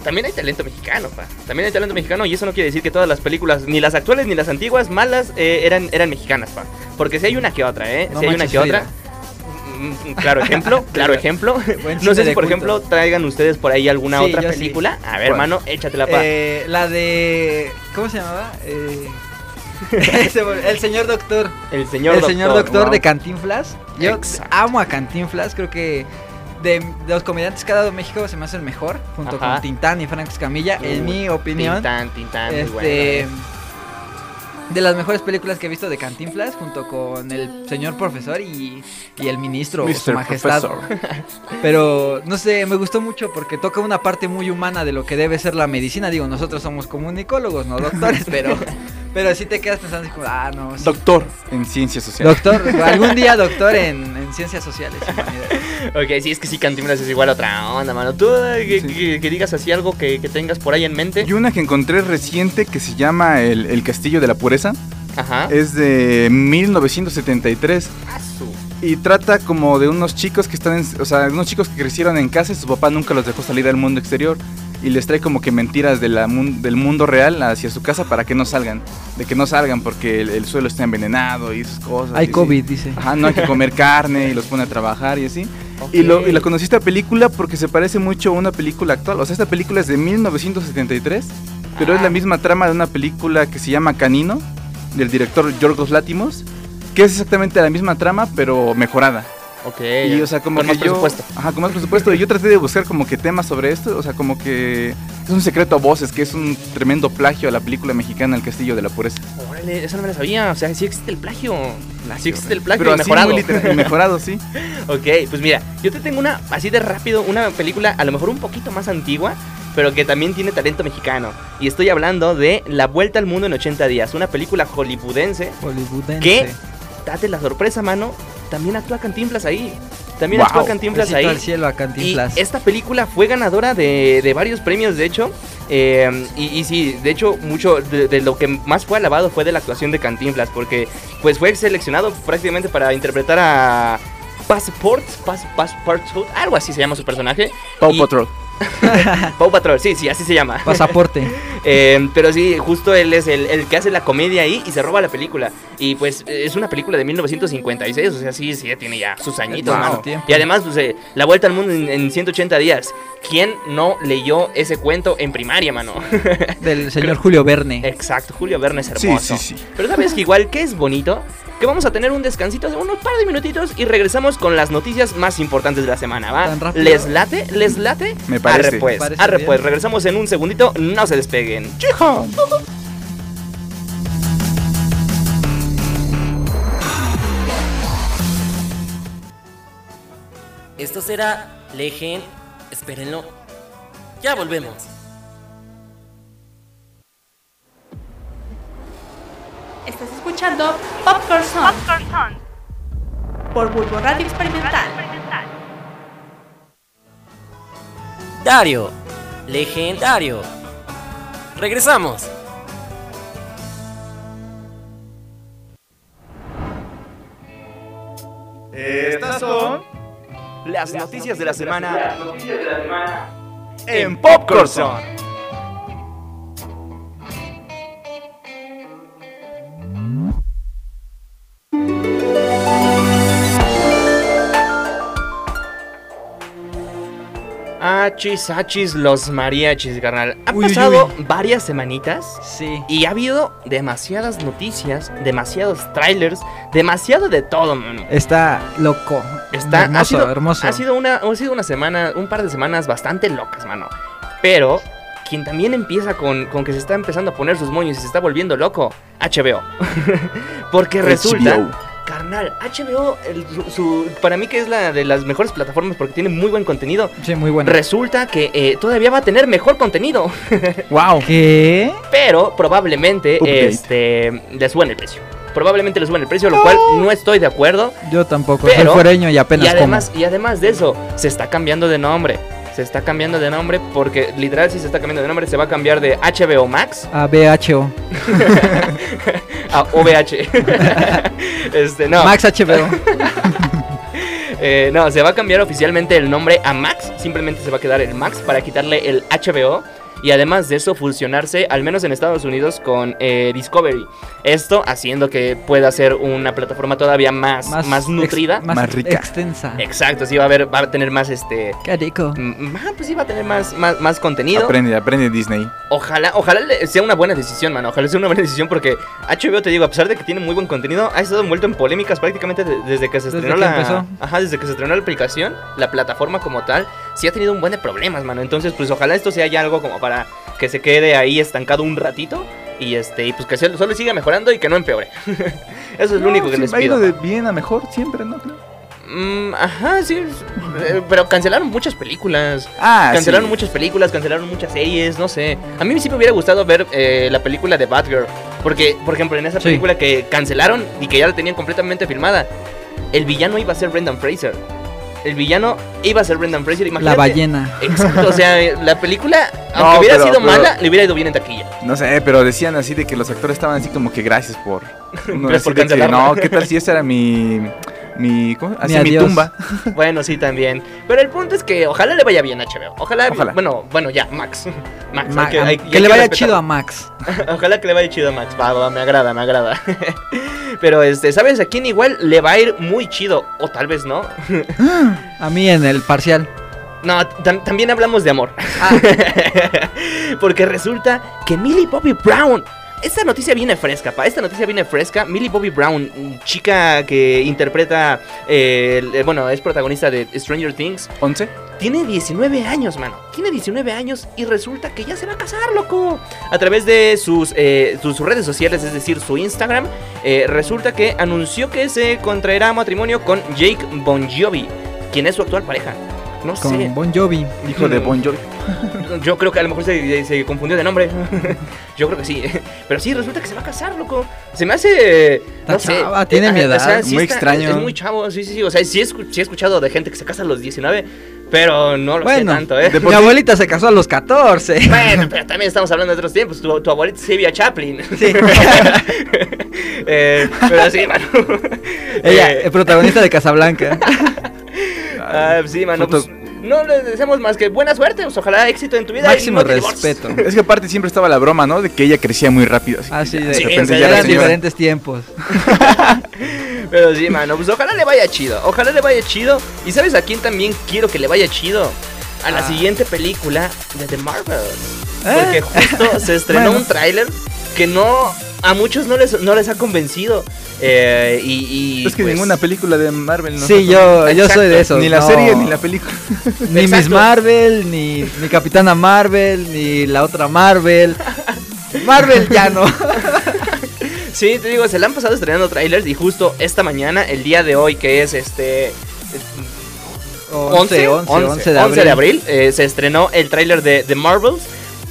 [SPEAKER 2] también hay talento mexicano, pa. También hay talento mexicano y eso no quiere decir que todas las películas, ni las actuales ni las antiguas, malas, eh, eran, eran mexicanas, pa. Porque si hay una que otra, ¿eh?
[SPEAKER 3] No
[SPEAKER 2] si hay una
[SPEAKER 3] manches,
[SPEAKER 2] que otra.
[SPEAKER 3] Frida.
[SPEAKER 2] Mm, mm, Claro ejemplo, claro ejemplo.
[SPEAKER 3] Buen
[SPEAKER 2] No
[SPEAKER 3] cine
[SPEAKER 2] sé si,
[SPEAKER 3] de
[SPEAKER 2] por
[SPEAKER 3] culto.
[SPEAKER 2] ejemplo, traigan ustedes por ahí alguna
[SPEAKER 3] Sí,
[SPEAKER 2] otra
[SPEAKER 3] yo sí.
[SPEAKER 2] película. A ver,
[SPEAKER 4] ¿Cuál?
[SPEAKER 2] mano, échatela, pa.
[SPEAKER 3] Eh, la de... ¿Cómo se llamaba? Eh, se me- el señor doctor.
[SPEAKER 2] el señor
[SPEAKER 3] el
[SPEAKER 2] doctor.
[SPEAKER 3] señor doctor
[SPEAKER 4] wow.
[SPEAKER 3] de Cantinflas. Yo
[SPEAKER 2] Exacto.
[SPEAKER 3] amo a Cantinflas, creo que de, de los comediantes que ha dado México se me hace el mejor, junto
[SPEAKER 2] Ajá.
[SPEAKER 3] con Tintán y Franco Escamilla, en
[SPEAKER 2] Uy,
[SPEAKER 3] mi opinión.
[SPEAKER 2] Tintán, Tintán, muy bueno,
[SPEAKER 3] este,
[SPEAKER 2] ¿eh?
[SPEAKER 3] de las mejores películas que he visto de Cantinflas, junto con el señor profesor y, y el ministro, o su
[SPEAKER 4] Mr.
[SPEAKER 3] majestad.
[SPEAKER 4] Professor.
[SPEAKER 3] Pero no sé, me gustó mucho porque toca una parte muy humana de lo que debe ser la medicina. Digo, nosotros somos comunicólogos, no doctores, pero, pero sí te quedas pensando, así como, ah, no. sí,
[SPEAKER 4] Doctor en ciencias sociales.
[SPEAKER 3] Doctor, algún día doctor en, en ciencias sociales. humanidades.
[SPEAKER 2] Ok, sí, es que sí, Cantinflas es igual a otra onda, mano. Tú eh, que,
[SPEAKER 4] Sí.
[SPEAKER 2] que- que digas así algo que, que tengas por ahí en mente.
[SPEAKER 4] Y una que encontré reciente que se llama El, El Castillo de la Pureza
[SPEAKER 2] Ajá.
[SPEAKER 3] eh,
[SPEAKER 4] es de 1973
[SPEAKER 2] Ah, su-
[SPEAKER 4] y trata como de unos chicos que están, en- o sea, unos chicos que crecieron en casa y su papá nunca los dejó salir al mundo exterior y les trae como que mentiras de la mun- del mundo real hacia su casa para que no salgan, de que no salgan porque el, el suelo está envenenado y esas cosas. y
[SPEAKER 3] Hay
[SPEAKER 4] así.
[SPEAKER 3] COVID, dice.
[SPEAKER 4] Ajá, no hay que comer carne y los pone a trabajar y así. Y, lo, y la conocí esta película porque se parece mucho a una película actual. O sea, esta película es de 1973, pero es
[SPEAKER 2] Ah.
[SPEAKER 4] la misma trama de una película que se llama Canino, del director Yorgos Látimos, que es exactamente la misma trama, pero mejorada.
[SPEAKER 2] Ok.
[SPEAKER 4] y, o sea, como
[SPEAKER 2] con
[SPEAKER 4] que
[SPEAKER 2] más
[SPEAKER 4] yo-
[SPEAKER 2] presupuesto.
[SPEAKER 4] Ajá, con más presupuesto. Y yo traté de buscar como que temas sobre esto. O sea, como que es un secreto a voces, que es un tremendo plagio a la película mexicana El Castillo de la Pureza.
[SPEAKER 2] Órale, eso no me lo sabía. O sea, sí existe el plagio. Sí existe el plagio
[SPEAKER 4] Pero
[SPEAKER 2] y
[SPEAKER 4] así,
[SPEAKER 2] mejorado.
[SPEAKER 4] muy literal, y mejorado, sí.
[SPEAKER 2] ok, pues mira, yo te tengo una, así de rápido, una película a lo mejor un poquito más antigua, pero que también tiene talento mexicano. Y estoy hablando de La Vuelta al Mundo en 80 Días, una película hollywoodense.
[SPEAKER 3] Hollywoodense.
[SPEAKER 2] ¿Qué? Date la sorpresa, mano. También actúa Cantinflas ahí. También
[SPEAKER 4] Wow.
[SPEAKER 2] actúa Cantinflas
[SPEAKER 3] Besito
[SPEAKER 2] ahí.
[SPEAKER 3] al cielo a
[SPEAKER 2] Y
[SPEAKER 3] Cantinflas.
[SPEAKER 2] esta película fue ganadora de, de varios premios, de hecho. Eh, y, y sí, de hecho, mucho de, de lo que más fue alabado fue de la actuación de Cantinflas, porque pues fue seleccionado prácticamente para interpretar a Passport, Pass, Passport, algo así se llama su personaje.
[SPEAKER 4] Paw
[SPEAKER 2] Y-
[SPEAKER 4] Patrol.
[SPEAKER 2] Paw Patrol, sí, sí, así se llama.
[SPEAKER 3] Pasaporte.
[SPEAKER 2] Eh, pero sí, justo él es el, el que hace la comedia ahí y se roba la película. Y pues eh, es una película de 1956, o sea, sí, sí, ya tiene ya sus añitos,
[SPEAKER 4] Wow.
[SPEAKER 2] mano.
[SPEAKER 3] Tiempo.
[SPEAKER 2] Y además, pues, eh, la vuelta al mundo en, en 180 días. ¿Quién no leyó ese cuento en primaria, mano?
[SPEAKER 3] Del señor Julio Verne.
[SPEAKER 2] Exacto, Julio Verne es
[SPEAKER 4] Sí,
[SPEAKER 2] hermoso.
[SPEAKER 4] sí, sí.
[SPEAKER 2] Pero sabes que igual que es bonito, que vamos a tener un descansito de unos par de minutitos y regresamos con las noticias más importantes de la semana,
[SPEAKER 3] ¿Tan
[SPEAKER 2] ¿va?
[SPEAKER 3] rápido?
[SPEAKER 2] ¿Les late? ¿Les late?
[SPEAKER 4] Me parece.
[SPEAKER 2] Arre pues,
[SPEAKER 3] Parece
[SPEAKER 2] arre
[SPEAKER 3] bien.
[SPEAKER 2] pues, regresamos en un segundito, no se despeguen. ¡Chijo!
[SPEAKER 5] Esto será Legend. Espérenlo. Ya volvemos.
[SPEAKER 6] Estás escuchando Popcorn Sound por Bulbo Radio Experimental.
[SPEAKER 5] Dario. Legendario. Regresamos.
[SPEAKER 4] Estas son
[SPEAKER 2] Las noticias de la semana
[SPEAKER 4] en Popcorn Zone.
[SPEAKER 2] Achis, achis, los mariachis, carnal. Ha
[SPEAKER 3] Uy, uy,
[SPEAKER 2] pasado varias semanitas
[SPEAKER 3] Sí.
[SPEAKER 2] y ha habido demasiadas noticias, demasiados trailers, demasiado de todo, mano.
[SPEAKER 3] Está loco.
[SPEAKER 2] Está,
[SPEAKER 3] hermoso,
[SPEAKER 2] ha sido,
[SPEAKER 3] hermoso.
[SPEAKER 2] Ha sido, una, ha sido una semana, un par de semanas bastante locas, mano. Pero quien también empieza con, con que se está empezando a poner sus moños y se está volviendo loco, HBO. Porque resulta, carnal, HBO, el- su- su- para mí que es la de las mejores plataformas porque tiene muy buen contenido.
[SPEAKER 3] Sí, muy bueno.
[SPEAKER 2] Resulta que eh, todavía va a tener mejor contenido,
[SPEAKER 4] Wow.
[SPEAKER 3] ¿Qué?
[SPEAKER 2] pero probablemente
[SPEAKER 4] Update.
[SPEAKER 2] este, les suban el precio. Probablemente les suban el precio, lo cual
[SPEAKER 3] ¡Oh!
[SPEAKER 2] no estoy de acuerdo.
[SPEAKER 3] Yo tampoco.
[SPEAKER 2] Pero-
[SPEAKER 3] soy fuereño y apenas
[SPEAKER 2] Y además, y además de eso, se está cambiando de nombre. Se está cambiando de nombre porque literal si se está cambiando de nombre se va a cambiar de HBO Max
[SPEAKER 3] como. A BHO.
[SPEAKER 2] a OVH. este, no.
[SPEAKER 3] Max HBO.
[SPEAKER 2] eh, no, se va a cambiar oficialmente el nombre a Max. Simplemente se va a quedar el Max para quitarle el HBO. Y además de eso, fusionarse, al menos en Estados Unidos, con eh, Discovery. Esto haciendo que pueda ser una plataforma todavía más, más, nutrida.
[SPEAKER 3] ex-
[SPEAKER 4] Más rica.
[SPEAKER 3] Extensa.
[SPEAKER 2] Exacto, sí va a, haber, va a tener más este.
[SPEAKER 3] Qué rico.
[SPEAKER 2] mm, ah, Pues sí, va a tener más, más, más contenido.
[SPEAKER 4] Aprende, aprende Disney.
[SPEAKER 2] Ojalá, ojalá le- sea una buena decisión, mano. Ojalá sea una buena decisión porque HBO, te digo, a pesar de que tiene muy buen contenido, ha estado envuelto en polémicas prácticamente de- desde que se
[SPEAKER 3] Desde
[SPEAKER 2] estrenó
[SPEAKER 3] que
[SPEAKER 2] la.
[SPEAKER 3] empezó.
[SPEAKER 2] Ajá, desde que se estrenó la aplicación, la plataforma como tal, sí ha tenido un buen de problemas, mano. Entonces, pues ojalá esto sea ya algo como para que se quede ahí estancado un ratito y este, y pues que se- solo siga mejorando y que no empeore. Eso es lo único que les
[SPEAKER 4] ha
[SPEAKER 2] pido.
[SPEAKER 4] ido de bien a mejor siempre, ¿no?
[SPEAKER 2] Mm, ajá, sí. es- eh, Pero cancelaron muchas películas.
[SPEAKER 4] Ah,
[SPEAKER 2] Cancelaron
[SPEAKER 4] sí.
[SPEAKER 2] muchas películas, cancelaron muchas series, no sé. A mí sí me hubiera gustado ver eh, la película de Batgirl. Porque, por ejemplo, en esa
[SPEAKER 3] Sí.
[SPEAKER 2] película que cancelaron y que ya la tenían completamente filmada, el villano iba a ser Brendan Fraser. El villano iba a ser Brendan Fraser, imagínate.
[SPEAKER 3] La ballena.
[SPEAKER 2] Exacto, o sea, eh, la película,
[SPEAKER 4] No,
[SPEAKER 2] aunque hubiera
[SPEAKER 4] pero-
[SPEAKER 2] sido
[SPEAKER 4] pero-
[SPEAKER 2] mala, le hubiera ido bien en taquilla.
[SPEAKER 4] No sé, pero decían así de que los actores estaban así como que gracias por. Uno
[SPEAKER 2] Gracias
[SPEAKER 4] así
[SPEAKER 2] por
[SPEAKER 4] de que,
[SPEAKER 2] cancelarme.
[SPEAKER 4] no, ¿qué tal si esa era mi. mi ¿Cómo? Así
[SPEAKER 3] Mi
[SPEAKER 4] mi
[SPEAKER 3] adiós.
[SPEAKER 4] tumba.
[SPEAKER 2] Bueno, sí, también. Pero el punto es que ojalá le vaya bien a HBO. Ojalá,
[SPEAKER 4] Ojalá.
[SPEAKER 2] bueno, bueno, ya, Max. Max,
[SPEAKER 3] Ma-
[SPEAKER 2] hay que, hay-
[SPEAKER 3] que
[SPEAKER 2] hay
[SPEAKER 3] le vaya
[SPEAKER 2] respetar.
[SPEAKER 3] chido a Max.
[SPEAKER 2] Ojalá que le vaya chido a Max. Va, va, me agrada, me agrada. Pero este, ¿sabes a quién igual le va a ir muy chido? O tal vez no.
[SPEAKER 3] A mí en el parcial.
[SPEAKER 2] No, tam- también hablamos de amor. Porque resulta que Millie Bobby Brown. Esta noticia viene fresca, pa. Esta noticia viene fresca. Millie Bobby Brown, mm, chica que interpreta. eh, el- eh, bueno, es protagonista de Stranger Things.
[SPEAKER 4] ¿Once?
[SPEAKER 2] Tiene 19 años, mano. Tiene 19 años y resulta que ya se va a casar, loco. A través de sus, eh, sus sus redes sociales, es decir, su Instagram, eh, resulta que anunció que se contraerá matrimonio con Jake Bon Jovi, quien es su actual pareja. No
[SPEAKER 3] Con
[SPEAKER 2] sé,
[SPEAKER 3] Bon Jovi.
[SPEAKER 4] Hijo
[SPEAKER 2] Mm.
[SPEAKER 4] de Bon Jovi.
[SPEAKER 2] yo creo que a lo mejor se, se confundió de nombre. Yo creo que sí. Pero sí, resulta que se va a casar, loco. Se me hace. No
[SPEAKER 3] Está
[SPEAKER 2] sé.
[SPEAKER 3] chava, tiene
[SPEAKER 2] eh,
[SPEAKER 3] mi edad,
[SPEAKER 4] muy extraño.
[SPEAKER 2] Es muy chavo, sí, sí, sí. O sea, sí he, escu- sí he escuchado de gente que se casa a los 19, pero no lo sé
[SPEAKER 3] Bueno,
[SPEAKER 2] tanto, ¿eh?
[SPEAKER 4] de por
[SPEAKER 3] Mi
[SPEAKER 4] sí-
[SPEAKER 3] abuelita se casó a los 14.
[SPEAKER 2] Bueno, pero también estamos hablando de otros tiempos. Tu, tu abuelita se veía Chaplin.
[SPEAKER 3] Sí.
[SPEAKER 2] Eh, pero sí, mano.
[SPEAKER 3] Ella, eh,
[SPEAKER 2] Eh,
[SPEAKER 3] el protagonista de Casablanca.
[SPEAKER 2] ah, sí, mano.
[SPEAKER 4] Foto-
[SPEAKER 2] pues, no le deseamos más que buena suerte. pues, ojalá éxito en tu vida. y
[SPEAKER 3] Máximo
[SPEAKER 2] no te divorcies.
[SPEAKER 3] respeto.
[SPEAKER 4] Es que aparte siempre estaba la broma, ¿no? De que ella crecía muy rápido. Así, que ya,
[SPEAKER 3] Así Ah, de.
[SPEAKER 2] Sí,
[SPEAKER 4] repente
[SPEAKER 2] o sea,
[SPEAKER 4] ya era
[SPEAKER 3] eran
[SPEAKER 4] señora.
[SPEAKER 3] diferentes tiempos.
[SPEAKER 2] Pero sí, mano. Pues ojalá le vaya chido. Ojalá le vaya chido. ¿Y sabes a quién también quiero que le vaya chido? A la
[SPEAKER 3] Ah.
[SPEAKER 2] siguiente película de The Marvels. Porque
[SPEAKER 3] ¿Eh?
[SPEAKER 2] justo se estrenó
[SPEAKER 3] Bueno.
[SPEAKER 2] un tráiler que no. A muchos no les, no les ha convencido. Eh, y, y,
[SPEAKER 4] Es que
[SPEAKER 2] pues,
[SPEAKER 4] ninguna película de Marvel no.
[SPEAKER 3] Sí, yo, yo soy
[SPEAKER 2] Exacto.
[SPEAKER 3] de eso.
[SPEAKER 4] Ni la serie ni la película.
[SPEAKER 3] Ni Miss
[SPEAKER 2] Exacto.
[SPEAKER 3] Marvel, ni, ni Capitana Marvel, ni la otra Marvel. Marvel ya no.
[SPEAKER 2] Sí, te digo, se la han pasado estrenando trailers y justo esta mañana, el día de hoy, que es este.
[SPEAKER 3] 11, 11, 11
[SPEAKER 2] 11
[SPEAKER 3] de abril.
[SPEAKER 2] de abril eh, se estrenó el tráiler de The Marvels,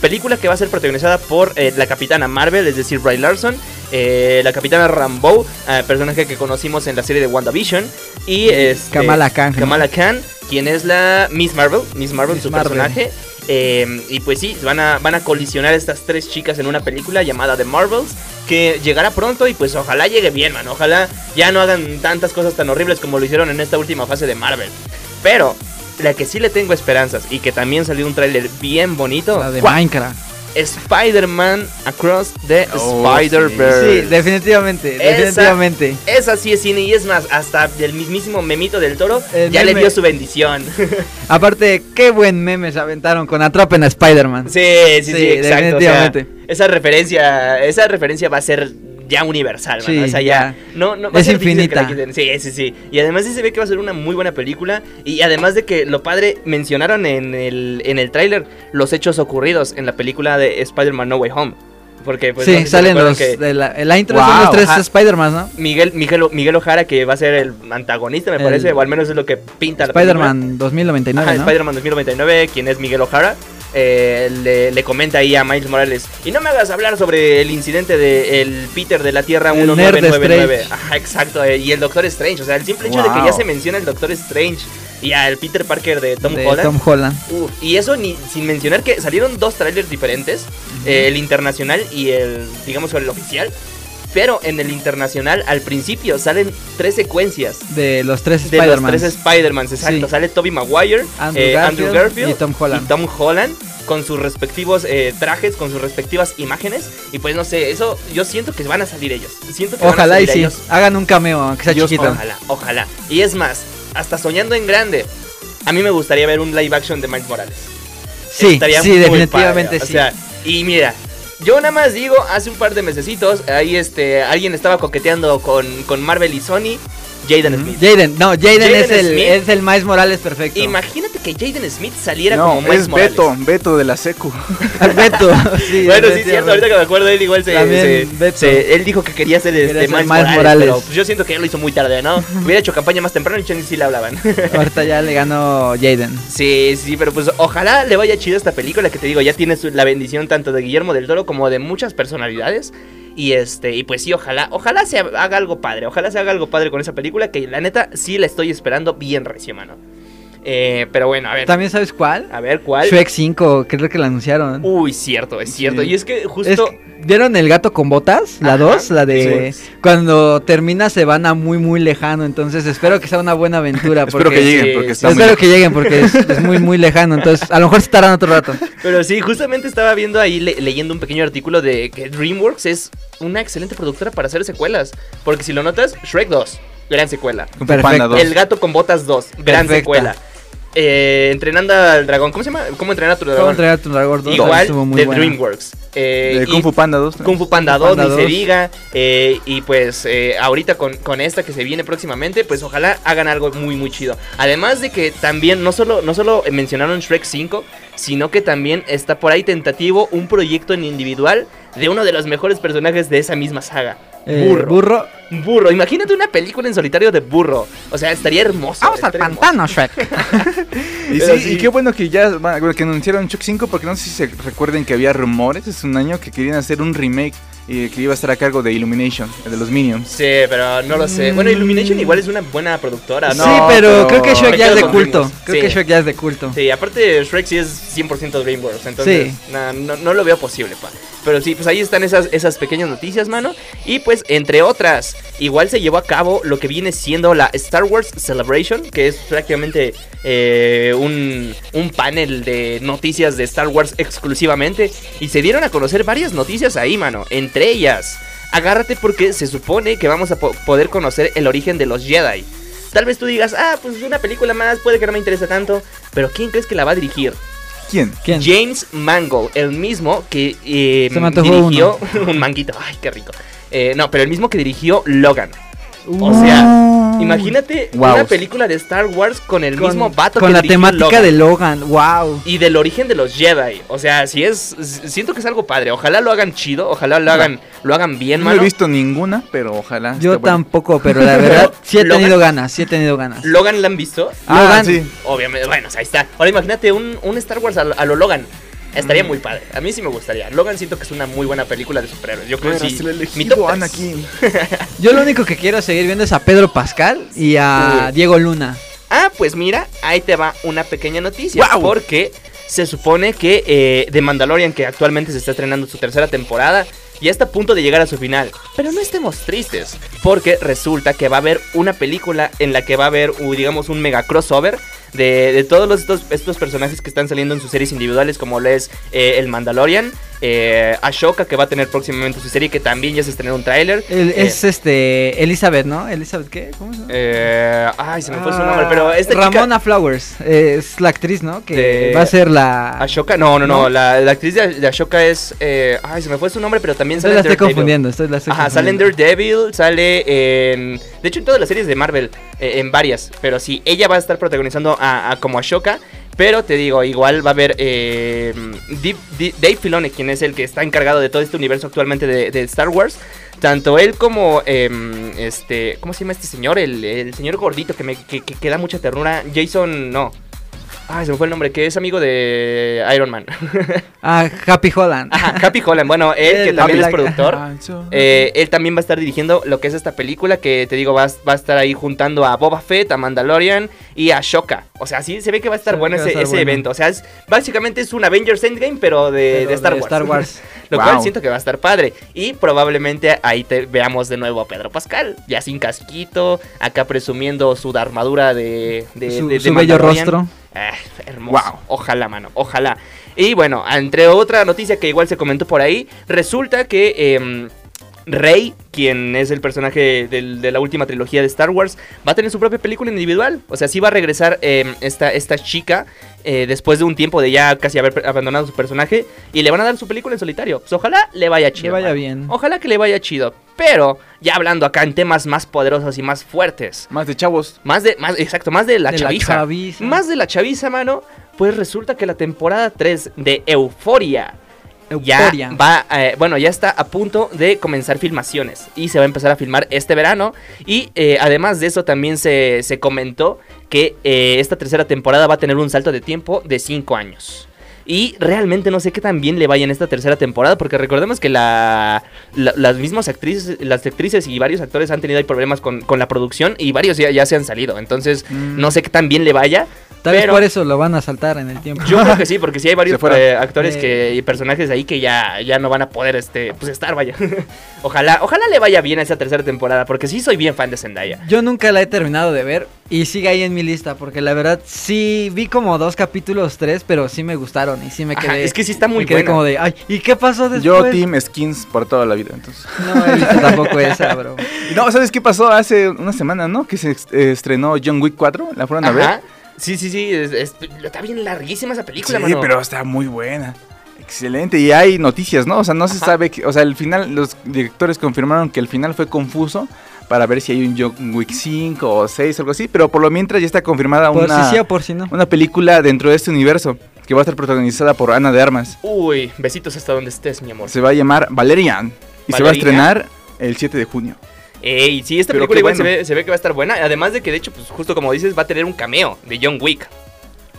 [SPEAKER 2] película que va a ser protagonizada por eh, la capitana Marvel, es decir, Bry Larson, eh, la capitana Rambo, eh, personaje que conocimos en la serie de WandaVision, y este,
[SPEAKER 3] Kamala Khan.
[SPEAKER 2] Kamala Khan, quien es la Miss Marvel, Miss Marvel,
[SPEAKER 3] Miss
[SPEAKER 2] su
[SPEAKER 3] Marvel.
[SPEAKER 2] personaje. Eh, y pues sí, van a, van a colisionar estas tres chicas en una película llamada The Marvels, que llegará pronto y pues ojalá llegue bien, man. Ojalá ya no hagan tantas cosas tan horribles como lo hicieron en esta última fase de Marvel. Pero la que sí le tengo esperanzas y que también salió un tráiler bien bonito,
[SPEAKER 3] La de
[SPEAKER 2] ¡guau!
[SPEAKER 3] Minecraft.
[SPEAKER 2] Spider-Man Across the
[SPEAKER 4] Oh,
[SPEAKER 3] Sí,
[SPEAKER 2] Spider-Verse.
[SPEAKER 3] definitivamente,
[SPEAKER 2] Esa-
[SPEAKER 3] definitivamente.
[SPEAKER 2] Esa sí es cine y es más, hasta el mismísimo memito del toro
[SPEAKER 3] El
[SPEAKER 2] ya le
[SPEAKER 3] meme.
[SPEAKER 2] dio su bendición.
[SPEAKER 3] Aparte, qué buen meme se aventaron con Atrapen a Spider-Man.
[SPEAKER 2] Sí, sí, sí,
[SPEAKER 3] Sí,
[SPEAKER 2] exacto. o sea,
[SPEAKER 3] definitivamente.
[SPEAKER 2] esa referencia, esa referencia va a ser ya universal,
[SPEAKER 3] Sí,
[SPEAKER 2] mano, o sea, ya,
[SPEAKER 3] ya.
[SPEAKER 2] no, no, va a
[SPEAKER 3] Es
[SPEAKER 2] ser difícil que la
[SPEAKER 3] infinita.
[SPEAKER 2] quiten. Sí, sí, sí. Y además sí se ve que va a ser una muy buena película y además de que lo padre mencionaron en el en el tráiler los hechos ocurridos en la película de Spider-Man No Way Home, porque pues no
[SPEAKER 3] sí,
[SPEAKER 2] sé si se
[SPEAKER 3] salen
[SPEAKER 2] acuerdan
[SPEAKER 3] los.
[SPEAKER 2] que
[SPEAKER 3] de la, en la intro son
[SPEAKER 2] Wow,
[SPEAKER 3] los tres
[SPEAKER 2] ajá.
[SPEAKER 3] Spider-Man, ¿no?
[SPEAKER 2] Miguel, Miguel, Miguel Ojara, que va a ser el antagonista, me
[SPEAKER 3] El-
[SPEAKER 2] parece, o al menos es lo que pinta la película.
[SPEAKER 3] Spider-Man 2099,
[SPEAKER 2] Ajá,
[SPEAKER 3] ¿no?
[SPEAKER 2] Spider-Man 2099, quien es Miguel O'Hara, eh, le, le comenta ahí a Miles Morales, y no me hagas hablar sobre el incidente del Peter de la Tierra
[SPEAKER 3] El nerd de
[SPEAKER 2] 1999.
[SPEAKER 3] Strange.
[SPEAKER 2] Ajá, exacto, eh, y el Doctor Strange, o sea, el simple hecho de que
[SPEAKER 4] Wow.
[SPEAKER 2] ya se menciona el Doctor Strange y al Peter Parker de Tom
[SPEAKER 3] de
[SPEAKER 2] Holland.
[SPEAKER 3] Tom Holland.
[SPEAKER 2] Uf, y eso ni, sin mencionar que salieron dos trailers diferentes, eh, el internacional y el, digamos, el oficial. Pero en el internacional, al principio, salen tres secuencias
[SPEAKER 3] De los tres
[SPEAKER 2] de los
[SPEAKER 3] Spider-Man.
[SPEAKER 2] tres Spider-Man, exacto.
[SPEAKER 3] Sí.
[SPEAKER 2] Sale Tobey Maguire,
[SPEAKER 3] Andrew
[SPEAKER 2] eh, Andrew
[SPEAKER 3] Garfield
[SPEAKER 2] Garfield
[SPEAKER 3] y Tom Holland.
[SPEAKER 2] Tom Holland, con sus respectivos eh, trajes, con sus respectivas imágenes. Y pues no sé, eso yo siento que van a salir ellos. Siento que van a
[SPEAKER 3] Ojalá y
[SPEAKER 2] salir
[SPEAKER 3] sí.
[SPEAKER 2] ellos.
[SPEAKER 3] Hagan un cameo, aunque sea
[SPEAKER 4] Dios,
[SPEAKER 3] chiquito.
[SPEAKER 2] Ojalá, ojalá. Y es más, hasta soñando en grande, a mí me gustaría ver un live action de Miles Morales.
[SPEAKER 3] Sí,
[SPEAKER 2] Estaría
[SPEAKER 3] sí,
[SPEAKER 2] muy
[SPEAKER 3] definitivamente
[SPEAKER 2] padre,
[SPEAKER 3] sí.
[SPEAKER 2] O sea, y mira, yo nada más digo, hace un par de mesecitos, ahí este, alguien estaba coqueteando con, con Marvel y Sony, Jaden Smith.
[SPEAKER 3] Mm. Jaden, no, Jaden
[SPEAKER 2] Jaden
[SPEAKER 3] es el,
[SPEAKER 2] Smith.
[SPEAKER 3] es el Miles Morales perfecto.
[SPEAKER 2] Imagínate que Jaden Smith saliera
[SPEAKER 4] no,
[SPEAKER 2] como Miles
[SPEAKER 4] es
[SPEAKER 2] Morales.
[SPEAKER 4] Beto, Beto de la Secu.
[SPEAKER 3] Ah, Beto. sí,
[SPEAKER 2] bueno, sí,
[SPEAKER 3] efectivamente.
[SPEAKER 2] es cierto, ahorita que me acuerdo, él igual se.
[SPEAKER 3] También
[SPEAKER 2] se-
[SPEAKER 3] Beto.
[SPEAKER 2] se- él dijo que quería ser este,
[SPEAKER 3] Quería ser
[SPEAKER 2] Miles,
[SPEAKER 3] Miles
[SPEAKER 2] Morales.
[SPEAKER 3] Morales.
[SPEAKER 2] Pero pues, yo siento que ya lo hizo muy tarde, ¿no? Hubiera hecho campaña más temprano y Chani sí le hablaban.
[SPEAKER 3] Ahorita ya le ganó Jaden.
[SPEAKER 2] sí, sí, pero pues ojalá le vaya chido a esta película que te digo, ya tiene su- la bendición tanto de Guillermo del Toro como de muchas personalidades. Y este, y pues sí, ojalá, ojalá se haga algo padre, ojalá se haga algo padre con esa película que la neta sí la estoy esperando bien recio, mano. Eh, pero bueno, a ver.
[SPEAKER 3] ¿También sabes cuál?
[SPEAKER 2] A ver, ¿cuál?
[SPEAKER 3] Shrek 5, creo que la anunciaron.
[SPEAKER 2] Uy, cierto, es cierto.
[SPEAKER 4] Sí.
[SPEAKER 2] Y es que
[SPEAKER 3] Es
[SPEAKER 2] justo.
[SPEAKER 3] que- ¿Vieron el gato con botas? La
[SPEAKER 2] Ajá,
[SPEAKER 3] 2, la de cuando termina se van a muy muy lejano, entonces espero que sea una buena aventura
[SPEAKER 4] Espero
[SPEAKER 3] porque
[SPEAKER 4] que lleguen,
[SPEAKER 2] sí,
[SPEAKER 4] porque
[SPEAKER 2] sí,
[SPEAKER 4] está muy...
[SPEAKER 3] espero que lleguen porque es, es muy muy lejano, entonces a lo mejor se tardan otro rato.
[SPEAKER 2] Pero sí, justamente estaba viendo ahí, le- leyendo un pequeño artículo de que DreamWorks es una excelente productora para hacer secuelas. Porque si lo notas, Shrek 2, gran secuela.
[SPEAKER 4] Kung Fu Panda
[SPEAKER 3] Perfecto.
[SPEAKER 4] 2.
[SPEAKER 2] El gato con botas 2, gran
[SPEAKER 3] Perfecta.
[SPEAKER 2] secuela. Eh, entrenando al dragón, ¿cómo se llama? ¿Cómo entrenar a tu
[SPEAKER 3] Vamos a
[SPEAKER 2] dragón?
[SPEAKER 3] entregar tu dragón dos,
[SPEAKER 2] Igual
[SPEAKER 3] estuvo muy
[SPEAKER 2] de
[SPEAKER 3] buena.
[SPEAKER 2] DreamWorks. Eh,
[SPEAKER 4] De
[SPEAKER 2] y-
[SPEAKER 4] Kung Fu Panda 2.
[SPEAKER 2] Kung Fu Panda
[SPEAKER 3] Kung Fu
[SPEAKER 2] 2,
[SPEAKER 3] Panda
[SPEAKER 2] ni se
[SPEAKER 3] 2.
[SPEAKER 2] diga. eh, y pues eh, ahorita con, con esta que se viene próximamente, pues ojalá hagan algo muy, muy chido. Además de que también, no solo, no solo mencionaron Shrek 5, sino que también está por ahí tentativo un proyecto en individual de uno de los mejores personajes de esa misma saga.
[SPEAKER 3] Eh,
[SPEAKER 2] burro.
[SPEAKER 3] burro.
[SPEAKER 2] Burro, imagínate una película en solitario de burro. O sea, estaría hermoso.
[SPEAKER 3] Vamos al
[SPEAKER 2] estaría hermoso.
[SPEAKER 3] pantano, Shrek.
[SPEAKER 4] Y,
[SPEAKER 2] Pero
[SPEAKER 4] sí,
[SPEAKER 2] sí.
[SPEAKER 4] y qué bueno que ya va- bueno, que anunciaron Chuck 5 porque no sé si se recuerden que había rumores hace un año que querían hacer un remake y que iba a estar a cargo de Illumination, el de los Minions.
[SPEAKER 2] Sí, pero no lo sé. Bueno, Illumination igual es una buena productora, Ah, ¿no?
[SPEAKER 3] Mm. sí, pero,
[SPEAKER 4] pero-
[SPEAKER 3] creo que Shrek
[SPEAKER 2] Me
[SPEAKER 3] ya es
[SPEAKER 2] quedo
[SPEAKER 3] de
[SPEAKER 2] con
[SPEAKER 3] culto.
[SPEAKER 2] DreamWorks,
[SPEAKER 3] Creo
[SPEAKER 2] sí.
[SPEAKER 3] que Shrek ya es de culto.
[SPEAKER 2] Sí, aparte Shrek sí es 100% DreamWorks, entonces
[SPEAKER 3] Sí.
[SPEAKER 2] na- no, no lo veo posible, pa. Pero sí, pues ahí están esas, esas pequeñas noticias, mano. Y pues, entre otras, igual se llevó a cabo lo que viene siendo la Star Wars Celebration, que es prácticamente eh, un, un panel de noticias de Star Wars exclusivamente. Y se dieron a conocer varias noticias ahí, mano. Entre ellas, agárrate porque se supone que vamos a po- poder conocer el origen de los Jedi. Tal vez tú digas, ah, pues una película más, puede que no me interese tanto, pero ¿quién crees que la va a dirigir?
[SPEAKER 4] ¿Quién?
[SPEAKER 3] ¿Quién?
[SPEAKER 2] James Mangold, el mismo que eh,
[SPEAKER 3] Se me antojó
[SPEAKER 2] dirigió un manguito, ay, qué rico. Eh, no, pero el mismo que dirigió Logan. O
[SPEAKER 3] Uh,
[SPEAKER 2] sea, Imagínate
[SPEAKER 3] Guau.
[SPEAKER 2] una película de Star Wars con el
[SPEAKER 3] Con-
[SPEAKER 2] mismo vato
[SPEAKER 3] Con
[SPEAKER 2] que
[SPEAKER 3] la
[SPEAKER 2] dirigió
[SPEAKER 3] temática
[SPEAKER 2] Logan.
[SPEAKER 3] de Logan, wow.
[SPEAKER 2] y del origen de los Jedi. O sea, si es. s- Siento que es algo padre. Ojalá lo hagan chido, ojalá lo hagan, lo hagan bien,
[SPEAKER 4] No
[SPEAKER 2] mano.
[SPEAKER 4] he visto ninguna, pero ojalá.
[SPEAKER 3] Yo
[SPEAKER 4] esté buena.
[SPEAKER 3] tampoco, pero la verdad sí he
[SPEAKER 2] Logan-
[SPEAKER 3] tenido ganas, sí he tenido ganas.
[SPEAKER 2] Logan la han visto.
[SPEAKER 4] Ah,
[SPEAKER 3] Logan.
[SPEAKER 4] sí.
[SPEAKER 2] Obviamente, bueno, o sea, ahí está. Ahora imagínate un, un Star Wars a, lo- a lo Logan.
[SPEAKER 4] Mm.
[SPEAKER 2] Estaría muy padre. A mí sí me gustaría. Logan siento que es una muy buena película de superhéroes. Yo creo que
[SPEAKER 4] Eras
[SPEAKER 2] Pues sí.
[SPEAKER 4] el
[SPEAKER 2] Mi top
[SPEAKER 4] elegido,
[SPEAKER 2] tres.
[SPEAKER 4] Anakin.
[SPEAKER 3] Yo lo único que quiero seguir viendo es a Pedro Pascal y a
[SPEAKER 2] Sí.
[SPEAKER 3] Diego Luna.
[SPEAKER 2] Ah, pues mira, ahí te va una pequeña noticia.
[SPEAKER 4] ¡Guau!
[SPEAKER 2] Porque se supone que eh, The Mandalorian, que actualmente se está estrenando su tercera temporada, ya está a punto de llegar a su final. Pero no estemos tristes, porque resulta que va a haber una película en la que va a haber, u- digamos, un mega crossover. De, de todos los- estos, estos personajes que están saliendo en sus series individuales, como lo es eh, el Mandalorian, eh, Ashoka, que va a tener próximamente su serie, que también ya se estrenó un tráiler.
[SPEAKER 3] El-
[SPEAKER 2] eh,
[SPEAKER 3] Es este Elizabeth, ¿no? Elizabeth, ¿qué? ¿Cómo se llama?
[SPEAKER 2] eh, ay, se me fue su nombre, pero esta chica-
[SPEAKER 3] Ah, Ramona Flowers eh, es la actriz, ¿no? Que
[SPEAKER 2] De- Ah,
[SPEAKER 3] va a ser la.
[SPEAKER 2] Ashoka, no, no, no,
[SPEAKER 3] ¿No?
[SPEAKER 2] La, la actriz de, de Ashoka es. eh, ay, se me fue su nombre, pero también
[SPEAKER 3] Estoy
[SPEAKER 2] sale
[SPEAKER 3] la
[SPEAKER 2] en
[SPEAKER 3] estoy
[SPEAKER 2] Daredevil.
[SPEAKER 3] confundiendo, estoy la estoy
[SPEAKER 2] Ajá, sale en
[SPEAKER 3] confundiendo.
[SPEAKER 2] Daredevil, sale en. De hecho, en todas las series de Marvel, eh, en varias. Pero sí, ella va a estar protagonizando a, a- como Ashoka. Pero te digo, igual va a haber eh, Deep- Di- Dave Filoni, quien es el que está encargado de todo este universo actualmente de, de Star Wars. Tanto él como em, este. ¿Cómo se llama este señor? El, el señor gordito que me que, que- que da mucha ternura. Jason, no. Ay, se me fue el nombre, que es amigo de Iron Man.
[SPEAKER 3] Ah, Happy Holland.
[SPEAKER 2] Ajá, Happy Holland. Bueno, él que
[SPEAKER 3] El
[SPEAKER 2] también es
[SPEAKER 3] Happy Land.
[SPEAKER 2] productor. Eh, él también va a estar dirigiendo lo que es esta película que te digo va, a- va a estar ahí juntando a Boba Fett, a Mandalorian y a Shoka. O sea, sí se ve que va a estar
[SPEAKER 3] Se ve
[SPEAKER 2] bueno
[SPEAKER 3] que va a
[SPEAKER 2] ese,
[SPEAKER 3] estar
[SPEAKER 2] ese
[SPEAKER 3] bueno.
[SPEAKER 2] evento. O sea, es- básicamente es un Avengers Endgame, pero de,
[SPEAKER 3] Pero
[SPEAKER 2] de Star Wars.
[SPEAKER 3] Star Wars.
[SPEAKER 2] lo cual
[SPEAKER 4] Wow.
[SPEAKER 2] siento que va a estar padre. Y probablemente ahí te veamos de nuevo a Pedro Pascal, ya sin casquito, acá presumiendo su armadura de, de,
[SPEAKER 3] su
[SPEAKER 2] de- de
[SPEAKER 3] su bello
[SPEAKER 2] Mandalorian.
[SPEAKER 3] rostro.
[SPEAKER 2] Ah, hermoso.
[SPEAKER 4] Wow.
[SPEAKER 2] Ojalá, mano. Ojalá. Y bueno, entre otra noticia que igual se comentó por ahí, resulta que em, Rey, quien es el personaje del- de la última trilogía de Star Wars, va a tener su propia película individual. O sea, sí va a regresar em, esta, esta chica eh, después de un tiempo de ya casi haber per- abandonado su personaje y le van a dar su película en solitario. Pues ojalá le vaya chido.
[SPEAKER 3] vaya
[SPEAKER 2] mano.
[SPEAKER 3] bien.
[SPEAKER 2] Ojalá que le vaya chido. Pero ya hablando acá en temas más poderosos y más fuertes.
[SPEAKER 4] Más de chavos.
[SPEAKER 2] Más de, más, exacto, más de la
[SPEAKER 3] De la
[SPEAKER 2] chaviza.
[SPEAKER 3] chaviza.
[SPEAKER 2] Más de la chaviza, mano. Pues resulta que la temporada 3 de Euforia ya
[SPEAKER 3] Euforia.
[SPEAKER 2] va, eh, bueno, ya está a punto de comenzar filmaciones y se va a empezar a filmar este verano. Y eh, además de eso también se, se comentó que eh, esta tercera temporada va a tener un salto de tiempo de 5 años. Y realmente no sé qué tan bien le vaya en esta tercera temporada, porque recordemos que la, la- las mismas actrices, las actrices y varios actores han tenido ahí problemas con, con la producción y varios ya, ya se han salido. Entonces, no sé qué tan bien le vaya.
[SPEAKER 3] Tal vez
[SPEAKER 2] pero-
[SPEAKER 3] por eso lo van a saltar en el tiempo.
[SPEAKER 2] yo creo que sí, porque sí hay varios
[SPEAKER 4] Se fueron.
[SPEAKER 2] eh, actores
[SPEAKER 3] Eh.
[SPEAKER 2] que, y personajes ahí que ya, ya no van a poder este, pues estar, vaya. ojalá, ojalá le vaya bien a esa tercera temporada, porque sí soy bien fan de Zendaya.
[SPEAKER 3] Yo nunca la he terminado de ver y sigue ahí en mi lista porque la verdad sí vi como dos capítulos, tres, pero sí me gustaron y sí me quedé.
[SPEAKER 2] Ajá, es que sí está muy
[SPEAKER 3] me quedé
[SPEAKER 2] buena.
[SPEAKER 3] como de, ay, ¿y qué pasó después?
[SPEAKER 4] Yo team skins por toda la vida, entonces.
[SPEAKER 3] No he visto tampoco esa, bro.
[SPEAKER 4] Y No, ¿sabes qué pasó hace una semana, no? Que se est- eh, estrenó John Wick 4, la fueron a ver.
[SPEAKER 2] Ajá. Sí, sí, sí, es- es- está bien larguísima esa película,
[SPEAKER 4] Sí,
[SPEAKER 2] mano.
[SPEAKER 4] pero está muy buena. Excelente, y hay noticias, ¿no? O sea, no se
[SPEAKER 2] Ajá.
[SPEAKER 4] sabe, que- o sea, el final, los directores confirmaron que el final fue confuso para ver si hay un John Wick 5 o 6 o algo así, pero por lo mientras ya está confirmada
[SPEAKER 2] Pues
[SPEAKER 3] Por
[SPEAKER 4] una,
[SPEAKER 3] si sí o por si no.
[SPEAKER 4] una película dentro de este universo que va a estar protagonizada por Ana de Armas.
[SPEAKER 2] Uy, besitos hasta donde estés, mi amor.
[SPEAKER 4] Se va a llamar Valerian y se va a
[SPEAKER 2] Valerian.
[SPEAKER 4] estrenar el 7 de junio.
[SPEAKER 2] Ey, sí, esta
[SPEAKER 4] Pero
[SPEAKER 2] película
[SPEAKER 4] qué
[SPEAKER 2] igual se,
[SPEAKER 4] bueno.
[SPEAKER 2] ve, se ve que va a estar buena. Además de que, de hecho, pues justo como dices, va a tener un cameo de John Wick.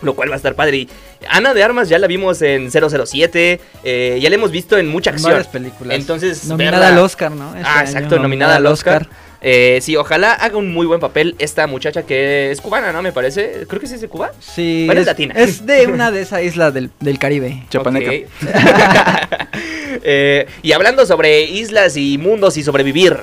[SPEAKER 2] Lo cual va a estar padre. Y Ana de Armas ya la vimos en 007. eh, ya la hemos visto en mucha
[SPEAKER 3] En
[SPEAKER 2] acción.
[SPEAKER 3] varias películas.
[SPEAKER 2] Entonces,
[SPEAKER 3] nominada
[SPEAKER 2] verla-
[SPEAKER 3] al Oscar, ¿no? Este
[SPEAKER 2] ah,
[SPEAKER 3] año,
[SPEAKER 2] exacto, nominada al Oscar. Eh, sí, ojalá haga un muy buen papel esta muchacha que es cubana, ¿no? Me parece. Creo que sí es de Cuba.
[SPEAKER 3] Sí.
[SPEAKER 2] Bueno, es
[SPEAKER 3] es
[SPEAKER 2] latina.
[SPEAKER 3] Es de una de esas islas del, del Caribe.
[SPEAKER 4] Chapaneca.
[SPEAKER 2] Ok. Eh, y hablando sobre islas y mundos y sobrevivir,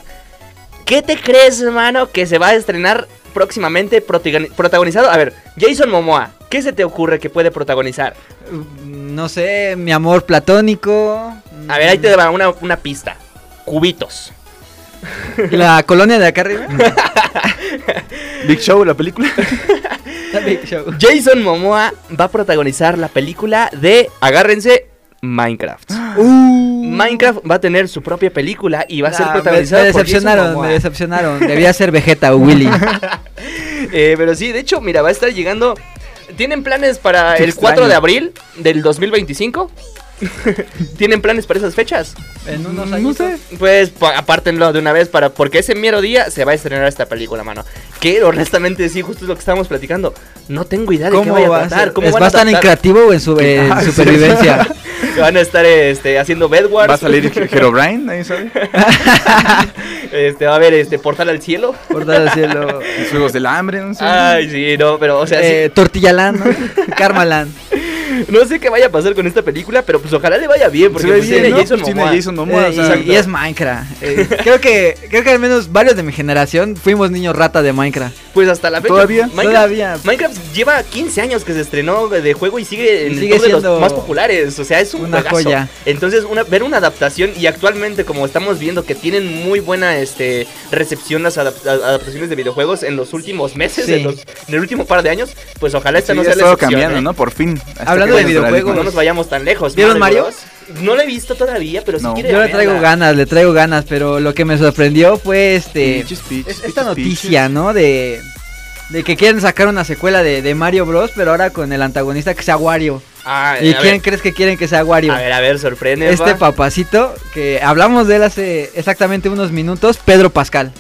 [SPEAKER 2] ¿qué te crees, hermano, que se va a estrenar próximamente protiga- protagonizado? A ver, Jason Momoa, ¿qué se te ocurre que puede protagonizar?
[SPEAKER 3] Mm, No sé, mi amor platónico.
[SPEAKER 2] A ver, ahí te va una, una pista. Cubitos.
[SPEAKER 3] La colonia de acá arriba.
[SPEAKER 4] Big Show, la película.
[SPEAKER 3] The Big Show.
[SPEAKER 2] Jason Momoa va a protagonizar la película de, agárrense, Minecraft. Minecraft va a tener su propia película y va a ser
[SPEAKER 3] Nah, Uh, Ah, me-
[SPEAKER 2] protagonizada
[SPEAKER 3] Me
[SPEAKER 2] por Jason
[SPEAKER 3] decepcionaron,
[SPEAKER 2] Momoa.
[SPEAKER 3] me decepcionaron. Debía ser Vegeta o Willy.
[SPEAKER 2] Eh, pero sí, de hecho, mira, va a estar llegando. ¿Tienen planes para
[SPEAKER 4] Qué
[SPEAKER 2] el
[SPEAKER 4] extraño.
[SPEAKER 2] 4 de abril del 2025? ¿Tienen planes para esas fechas?
[SPEAKER 3] En unos
[SPEAKER 4] No
[SPEAKER 3] años.
[SPEAKER 4] sé.
[SPEAKER 2] Pues pa- apártenlo de una vez para porque ese mero día se va a estrenar esta película, mano. Que honestamente sí, justo es lo que estábamos platicando. No tengo idea de qué
[SPEAKER 3] ¿Cómo
[SPEAKER 2] vaya a
[SPEAKER 3] va a
[SPEAKER 2] tratar.
[SPEAKER 3] ser?
[SPEAKER 2] ¿Cómo
[SPEAKER 3] ¿Es-
[SPEAKER 2] van
[SPEAKER 3] ¿Va a
[SPEAKER 2] a
[SPEAKER 3] estar en
[SPEAKER 2] adaptar?
[SPEAKER 3] creativo o en, su- eh, en
[SPEAKER 4] Ah, sí.
[SPEAKER 3] supervivencia?
[SPEAKER 2] Van a estar este, haciendo Bedwars.
[SPEAKER 4] Va a salir Herobrine, ahí sabe.
[SPEAKER 2] Este, va a haber este Portal al cielo.
[SPEAKER 3] Portal al cielo.
[SPEAKER 4] Los juegos del hambre, no sé.
[SPEAKER 2] Ay, sí, no, pero o sea, sí,
[SPEAKER 3] Eh, Tortillaland, ¿no? Karmaland.
[SPEAKER 2] no sé qué vaya a pasar con esta película, pero pues ojalá le vaya bien porque
[SPEAKER 4] Se ve
[SPEAKER 2] pues,
[SPEAKER 4] bien,
[SPEAKER 2] tiene
[SPEAKER 4] ¿no?
[SPEAKER 2] Jason
[SPEAKER 4] Tiene
[SPEAKER 2] Momoa.
[SPEAKER 4] Jason Momoa,
[SPEAKER 3] Eh,
[SPEAKER 4] o
[SPEAKER 3] y-
[SPEAKER 4] sea,
[SPEAKER 3] y, es Minecraft. Eh, creo que creo que al menos varios de mi generación fuimos niños rata de Minecraft.
[SPEAKER 2] Pues hasta la fecha.
[SPEAKER 4] ¿Todavía?
[SPEAKER 2] Minecraft,
[SPEAKER 3] Todavía.
[SPEAKER 2] Minecraft lleva 15 años que se estrenó de juego y sigue en
[SPEAKER 3] Y
[SPEAKER 2] el
[SPEAKER 3] sigue
[SPEAKER 2] top de
[SPEAKER 3] siendo
[SPEAKER 2] los más populares. O sea, es un
[SPEAKER 3] una
[SPEAKER 2] juegazo.
[SPEAKER 3] joya.
[SPEAKER 2] Entonces, una- ver una adaptación y actualmente, como estamos viendo, que tienen muy buena este, recepción las adap- a- adaptaciones de videojuegos en los últimos meses,
[SPEAKER 3] Sí.
[SPEAKER 2] en, los- en el último par de años, pues ojalá esta
[SPEAKER 4] Sí,
[SPEAKER 2] no
[SPEAKER 4] ha
[SPEAKER 2] sea la
[SPEAKER 4] estado
[SPEAKER 2] excepción.
[SPEAKER 4] cambiando,
[SPEAKER 2] ¿eh?
[SPEAKER 4] ¿no? Por fin. Hasta
[SPEAKER 3] Hablando
[SPEAKER 4] que
[SPEAKER 3] de
[SPEAKER 4] nos
[SPEAKER 3] videojuegos,
[SPEAKER 2] No
[SPEAKER 4] paradigmas.
[SPEAKER 2] nos vayamos tan lejos.
[SPEAKER 3] ¿Vieron Mario?
[SPEAKER 2] Bros? No lo he visto todavía, pero sí
[SPEAKER 4] No.
[SPEAKER 2] quiero
[SPEAKER 3] Yo le
[SPEAKER 2] verla.
[SPEAKER 3] traigo ganas, le traigo ganas, pero lo que me sorprendió fue este
[SPEAKER 4] Pinches, pinches,
[SPEAKER 3] es-
[SPEAKER 4] pinches,
[SPEAKER 3] esta
[SPEAKER 4] pinches.
[SPEAKER 3] noticia, ¿no? De, de que quieren sacar una secuela de, de Mario Bros, pero ahora con el antagonista que sea Wario.
[SPEAKER 2] Ah,
[SPEAKER 3] ¿Y
[SPEAKER 2] a
[SPEAKER 3] quién
[SPEAKER 2] ver,
[SPEAKER 3] crees que quieren que sea Wario?
[SPEAKER 2] A ver, a ver, sorprende.
[SPEAKER 3] Este papacito que hablamos de él hace exactamente unos minutos, Pedro Pascal.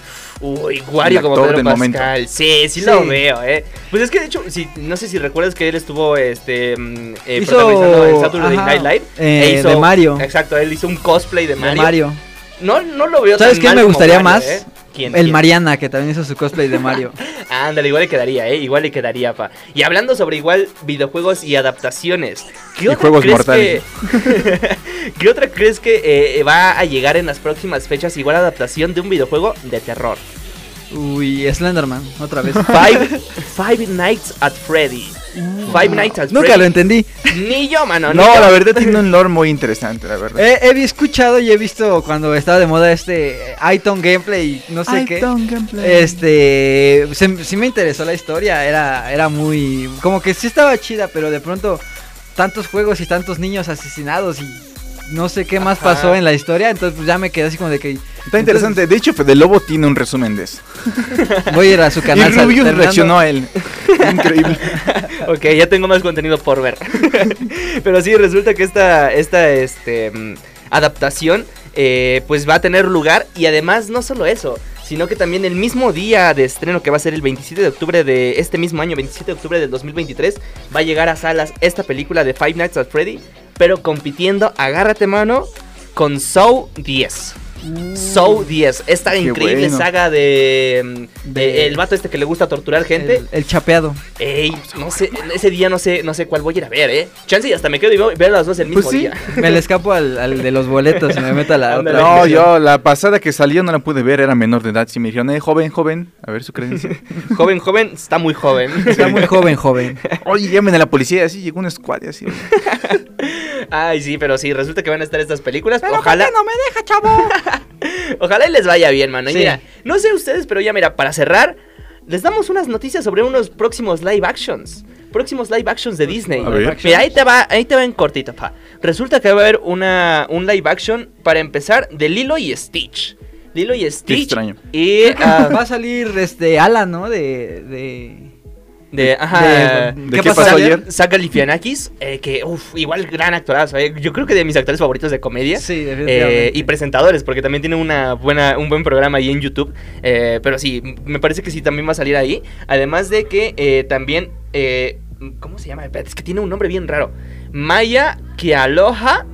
[SPEAKER 2] Uy, Wario
[SPEAKER 4] El
[SPEAKER 2] como
[SPEAKER 4] actor
[SPEAKER 2] Pedro
[SPEAKER 4] del
[SPEAKER 2] Pascal.
[SPEAKER 4] momento.
[SPEAKER 2] Sí, sí lo
[SPEAKER 3] Sí.
[SPEAKER 2] veo, eh. Pues es que de hecho, si, no sé si recuerdas que él estuvo este mm, eh,
[SPEAKER 3] Hizo-
[SPEAKER 2] protagonizando en Saturday
[SPEAKER 3] ajá,
[SPEAKER 2] Night Live.
[SPEAKER 3] eh,
[SPEAKER 2] e hizo-
[SPEAKER 3] de Mario.
[SPEAKER 2] Exacto, él hizo un cosplay de
[SPEAKER 3] de
[SPEAKER 2] Mario.
[SPEAKER 3] Mario.
[SPEAKER 2] No, no lo veo
[SPEAKER 3] ¿Sabes
[SPEAKER 2] tan
[SPEAKER 3] quién
[SPEAKER 2] mal
[SPEAKER 3] me
[SPEAKER 2] como
[SPEAKER 3] gustaría
[SPEAKER 2] Mario,
[SPEAKER 3] más?
[SPEAKER 2] eh. ¿Quién?
[SPEAKER 3] El
[SPEAKER 2] quién?
[SPEAKER 3] Mariana, que también hizo su cosplay de Mario.
[SPEAKER 2] Ándale, igual le quedaría, eh. Igual le quedaría, pa. Y hablando sobre igual videojuegos y adaptaciones. ¿Qué
[SPEAKER 4] Y
[SPEAKER 2] otra
[SPEAKER 4] juegos
[SPEAKER 2] crees
[SPEAKER 4] mortales.
[SPEAKER 2] que- ¿Qué otra crees que eh, va a llegar en las próximas fechas? Igual adaptación de un videojuego de terror.
[SPEAKER 3] Uy, Slenderman, otra vez.
[SPEAKER 2] Five, Five Nights at Freddy. Five Nights at
[SPEAKER 3] Nunca lo
[SPEAKER 2] Freddy.
[SPEAKER 3] entendí.
[SPEAKER 2] Ni yo, mano. ni
[SPEAKER 4] No,
[SPEAKER 2] yo.
[SPEAKER 4] la verdad tiene un lore muy interesante, la verdad.
[SPEAKER 3] He, Eh, he escuchado y he visto cuando estaba de moda este eh, iTunes Gameplay, no sé qué. Este, se- sí me interesó la historia, era, era muy, como que sí estaba chida, pero de pronto tantos juegos y tantos niños asesinados y no sé qué más
[SPEAKER 2] Ajá.
[SPEAKER 3] pasó en la historia, entonces pues, ya me quedé así como de que
[SPEAKER 4] Está interesante. De hecho, Fede Lobo tiene un resumen de eso.
[SPEAKER 3] voy a ir a su
[SPEAKER 4] Y
[SPEAKER 3] canal.
[SPEAKER 4] Rubius
[SPEAKER 3] Fernando.
[SPEAKER 4] reaccionó a él. Increíble.
[SPEAKER 2] Ok, ya tengo más contenido por ver. Pero sí, resulta que esta, esta este, mm, adaptación eh, pues va a tener lugar y además no solo eso, sino que también el mismo día de estreno que va a ser el 27 de octubre de este mismo año, 27 de octubre del 2023, va a llegar a salas esta película de Five Nights at Freddy, pero compitiendo, agárrate mano, con Saw 10. Saw 10, esta
[SPEAKER 4] Qué
[SPEAKER 2] increíble
[SPEAKER 4] bueno.
[SPEAKER 2] saga de, mm, de
[SPEAKER 3] De-
[SPEAKER 2] el vato este que le gusta torturar gente.
[SPEAKER 3] El, el chapeado.
[SPEAKER 2] Ey, no sé, ese día no sé, no sé cuál voy a ir a ver, eh. Chance y hasta me quedo y veo- ver las dos el mismo
[SPEAKER 4] Pues sí.
[SPEAKER 2] día.
[SPEAKER 3] Me le escapo al, al de los boletos y me meto a la
[SPEAKER 2] Ándale.
[SPEAKER 3] otra.
[SPEAKER 4] No,
[SPEAKER 3] dimensión.
[SPEAKER 4] yo la pasada que salió no la pude ver, era menor de edad. Si me dijeron, eh, joven, joven, a ver su credencial.
[SPEAKER 2] Joven, joven, está muy joven.
[SPEAKER 3] Está muy joven, joven.
[SPEAKER 4] Oye, llamen a la policía, así llegó un squad y así.
[SPEAKER 2] Ay, sí, pero sí, resulta que van a estar estas películas. ojalá. no me deja, chavo. ojalá y les vaya bien, mano. Y
[SPEAKER 3] Sí.
[SPEAKER 2] mira, no sé ustedes, pero ya mira, para cerrar, les damos unas noticias sobre unos próximos live actions. Próximos live actions de Disney.
[SPEAKER 4] A ver.
[SPEAKER 2] Mira, ahí te va, ahí te va en cortito, pa. Resulta que va a haber una, un live action para empezar de Lilo y Stitch. Lilo y Stitch.
[SPEAKER 4] extraño.
[SPEAKER 2] Y ah,
[SPEAKER 3] Va a salir este Alan, ¿no? De. de...
[SPEAKER 2] De, ajá.
[SPEAKER 4] ¿De qué pasó ayer?
[SPEAKER 2] Zach Galifianakis, eh, que uf, igual gran actorazo. eh. Yo creo que de mis actores favoritos de comedia.
[SPEAKER 3] Sí, definitivamente.
[SPEAKER 2] Eh, y presentadores, porque también tiene una buena, un buen programa ahí en YouTube. Eh, pero sí, m- me parece que sí, también va a salir ahí. Además de que eh, también... eh, ¿Cómo se llama? Espérate, Es que tiene un nombre bien raro. Maya Kealoha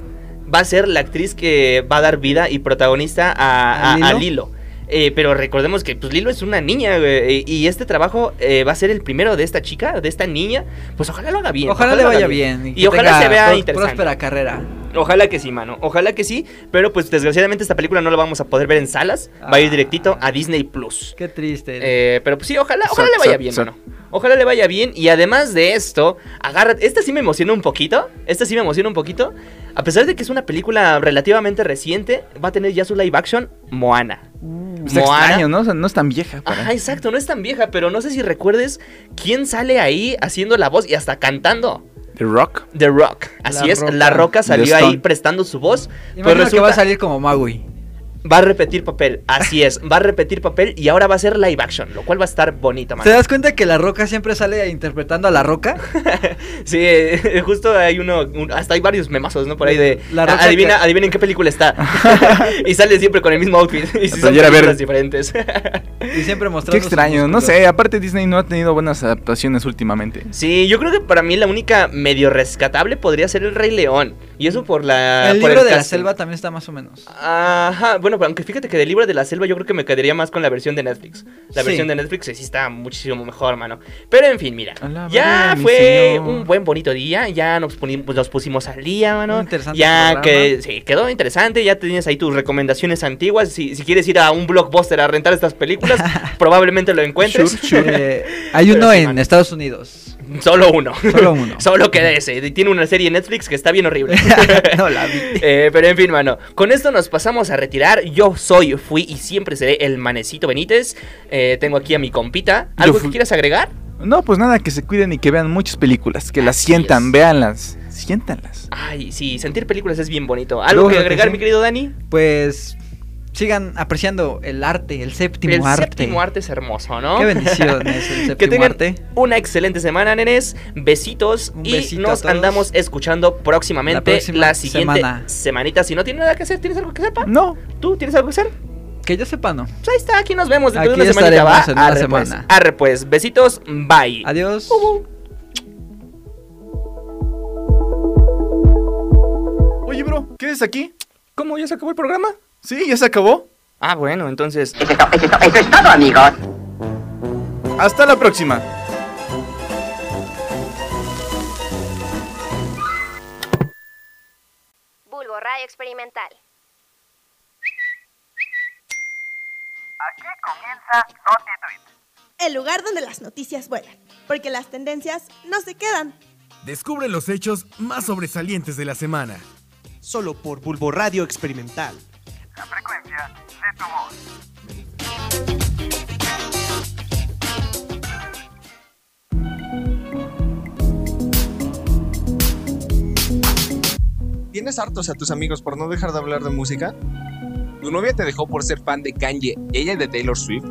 [SPEAKER 2] va a ser la actriz que va a dar vida y protagonista a,
[SPEAKER 3] ¿A
[SPEAKER 2] a- a
[SPEAKER 3] Lilo?
[SPEAKER 2] Lilo. Eh, pero recordemos que pues, Lilo es una niña güey, y y este trabajo eh, va a ser el primero de esta chica, de esta niña. Pues ojalá lo haga bien.
[SPEAKER 3] Ojalá le
[SPEAKER 2] lo haga
[SPEAKER 3] vaya bien.
[SPEAKER 2] Y,
[SPEAKER 3] que
[SPEAKER 2] ojalá
[SPEAKER 3] tenga
[SPEAKER 2] se vea
[SPEAKER 3] pró-
[SPEAKER 2] interesante.
[SPEAKER 3] Próspera carrera.
[SPEAKER 2] Ojalá que sí, mano. Ojalá que sí. Pero pues desgraciadamente esta película no la vamos a poder ver en salas. Va a ir
[SPEAKER 3] Ah.
[SPEAKER 2] directito a Disney Plus.
[SPEAKER 3] Qué triste.
[SPEAKER 2] Eh, pero pues sí, ojalá,
[SPEAKER 4] Sat,
[SPEAKER 2] ojalá le vaya
[SPEAKER 4] sat,
[SPEAKER 2] bien,
[SPEAKER 4] sat.
[SPEAKER 2] mano. Ojalá le vaya bien. Y además de esto, agárrate. Esta sí me emociona un poquito. Esta sí me emociona un poquito. A pesar de que es una película relativamente reciente, va a tener ya su live action Moana.
[SPEAKER 4] Está
[SPEAKER 2] Moana.
[SPEAKER 4] Pues extraño, ¿no? O sea, no es tan vieja. para-
[SPEAKER 2] Ajá, exacto, no es tan vieja, pero no sé si recuerdes quién sale ahí haciendo la voz y hasta cantando.
[SPEAKER 4] The Rock.
[SPEAKER 2] The Rock. Así es,
[SPEAKER 3] Roca.
[SPEAKER 2] La Roca
[SPEAKER 4] The
[SPEAKER 2] salió
[SPEAKER 4] Stone.
[SPEAKER 2] ahí prestando su voz.
[SPEAKER 3] Imagino
[SPEAKER 2] Pues
[SPEAKER 3] que va a
[SPEAKER 2] resulta,
[SPEAKER 3] salir como Maui.
[SPEAKER 2] va a repetir papel. Así es, va a repetir papel y ahora va a ser live action, lo cual va a estar bonito, man.
[SPEAKER 3] ¿Te das cuenta que La Roca siempre sale interpretando a La Roca?
[SPEAKER 2] Sí, eh, justo hay uno, un- hasta hay varios memazos, ¿no? Por ahí de,
[SPEAKER 3] La
[SPEAKER 2] "Ah,
[SPEAKER 3] Roca
[SPEAKER 2] adivina,
[SPEAKER 3] que-
[SPEAKER 2] adivinen qué película está. y sale siempre con el mismo outfit. Y si son
[SPEAKER 4] playera verde.
[SPEAKER 2] películas diferentes.
[SPEAKER 3] Y siempre mostrando
[SPEAKER 4] Qué
[SPEAKER 3] sus
[SPEAKER 4] extraño, no
[SPEAKER 3] músculos.
[SPEAKER 4] sé, aparte Disney no ha tenido buenas adaptaciones últimamente.
[SPEAKER 2] sí, yo creo que para mí la única medio rescatable podría ser El Rey León. Y eso por la...
[SPEAKER 3] El
[SPEAKER 2] ah, por
[SPEAKER 3] libro de la
[SPEAKER 2] casting. Ah,
[SPEAKER 3] selva también está más o menos.
[SPEAKER 2] Ajá, bueno, pero aunque fíjate que del libro de la selva yo creo que me quedaría más con la versión de Netflix. La
[SPEAKER 3] Sí.
[SPEAKER 2] versión de Netflix pues, sí está muchísimo mejor, mano. Pero en fin, mira,
[SPEAKER 4] Alabaré a
[SPEAKER 2] ya
[SPEAKER 4] mi
[SPEAKER 2] fue
[SPEAKER 4] Señor.
[SPEAKER 2] un buen bonito día, ya nos, poni- pues, nos pusimos al día, mano.
[SPEAKER 3] Un interesante
[SPEAKER 2] ya
[SPEAKER 3] programa.
[SPEAKER 2] que sí, quedó interesante, ya tienes ahí tus recomendaciones antiguas. Si, si quieres ir a un blockbuster a rentar estas películas, probablemente lo encuentres.
[SPEAKER 3] Eh, hay
[SPEAKER 2] pues, Pero
[SPEAKER 3] uno
[SPEAKER 2] sí,
[SPEAKER 3] en
[SPEAKER 2] mano.
[SPEAKER 3] Estados Unidos.
[SPEAKER 2] Solo uno.
[SPEAKER 3] Solo uno.
[SPEAKER 2] Solo queda ese. Tiene una serie en Netflix que está bien horrible.
[SPEAKER 3] no la vi.
[SPEAKER 2] Eh, pero en fin, mano. Con esto nos pasamos a retirar. Yo soy, fui y siempre seré el manecito Benítez. Eh, tengo aquí a mi compita.
[SPEAKER 4] Yo
[SPEAKER 2] ¿Algo que
[SPEAKER 4] fui-
[SPEAKER 2] quieras agregar?
[SPEAKER 4] No, pues nada, que se cuiden y que vean muchas películas, que las
[SPEAKER 2] Así
[SPEAKER 4] sientan,
[SPEAKER 2] es.
[SPEAKER 4] véanlas, siéntanlas.
[SPEAKER 2] Ay, sí, sentir películas es bien bonito. ¿Algo
[SPEAKER 4] Yo
[SPEAKER 2] que
[SPEAKER 4] creo que
[SPEAKER 2] agregar,
[SPEAKER 4] sí.
[SPEAKER 2] mi querido Dani?
[SPEAKER 3] Pues sigan apreciando el arte, el séptimo
[SPEAKER 2] el
[SPEAKER 3] arte.
[SPEAKER 2] séptimo arte es hermoso, ¿no?
[SPEAKER 3] Qué bendición es el séptimo
[SPEAKER 2] Que tengan
[SPEAKER 3] arte.
[SPEAKER 2] una excelente semana, nenes. Besitos.
[SPEAKER 3] Un
[SPEAKER 2] y
[SPEAKER 3] besito a
[SPEAKER 2] nos
[SPEAKER 3] todos.
[SPEAKER 2] andamos escuchando próximamente la,
[SPEAKER 3] La próxima
[SPEAKER 2] siguiente
[SPEAKER 3] semana. Mm.
[SPEAKER 2] semanita. Si no tiene nada que hacer, ¿tienes algo que hacer? pa?
[SPEAKER 4] No,
[SPEAKER 2] ¿Tú tienes algo que hacer?
[SPEAKER 3] Que yo sepa, no.
[SPEAKER 2] Pues ahí está, aquí nos vemos dentro
[SPEAKER 3] Aquí
[SPEAKER 2] de una semanita. ¿va?
[SPEAKER 3] estaremos en una
[SPEAKER 2] Arre,
[SPEAKER 3] semana.
[SPEAKER 2] Pues, arre pues, besitos, bye.
[SPEAKER 3] Adiós.
[SPEAKER 2] uh,
[SPEAKER 4] oye bro, ¿qué es aquí?
[SPEAKER 2] ¿Cómo? ¿Ya se acabó el programa?
[SPEAKER 4] ¿Sí? ¿Ya se acabó?
[SPEAKER 2] Ah, bueno, entonces...
[SPEAKER 7] Eso es todo, eso es todo, eso es todo, amigos.
[SPEAKER 4] Hasta la próxima.
[SPEAKER 8] Bulbo Radio Experimental.
[SPEAKER 6] El lugar donde las noticias vuelan, porque las tendencias no se quedan.
[SPEAKER 1] Descubre los hechos más sobresalientes de la semana.
[SPEAKER 9] solo por Bulbo Radio Experimental.
[SPEAKER 10] ¿Tienes hartos a tus amigos por no dejar de hablar de música? ¿Tu novia te dejó por ser fan de Kanye y ella de Taylor Swift?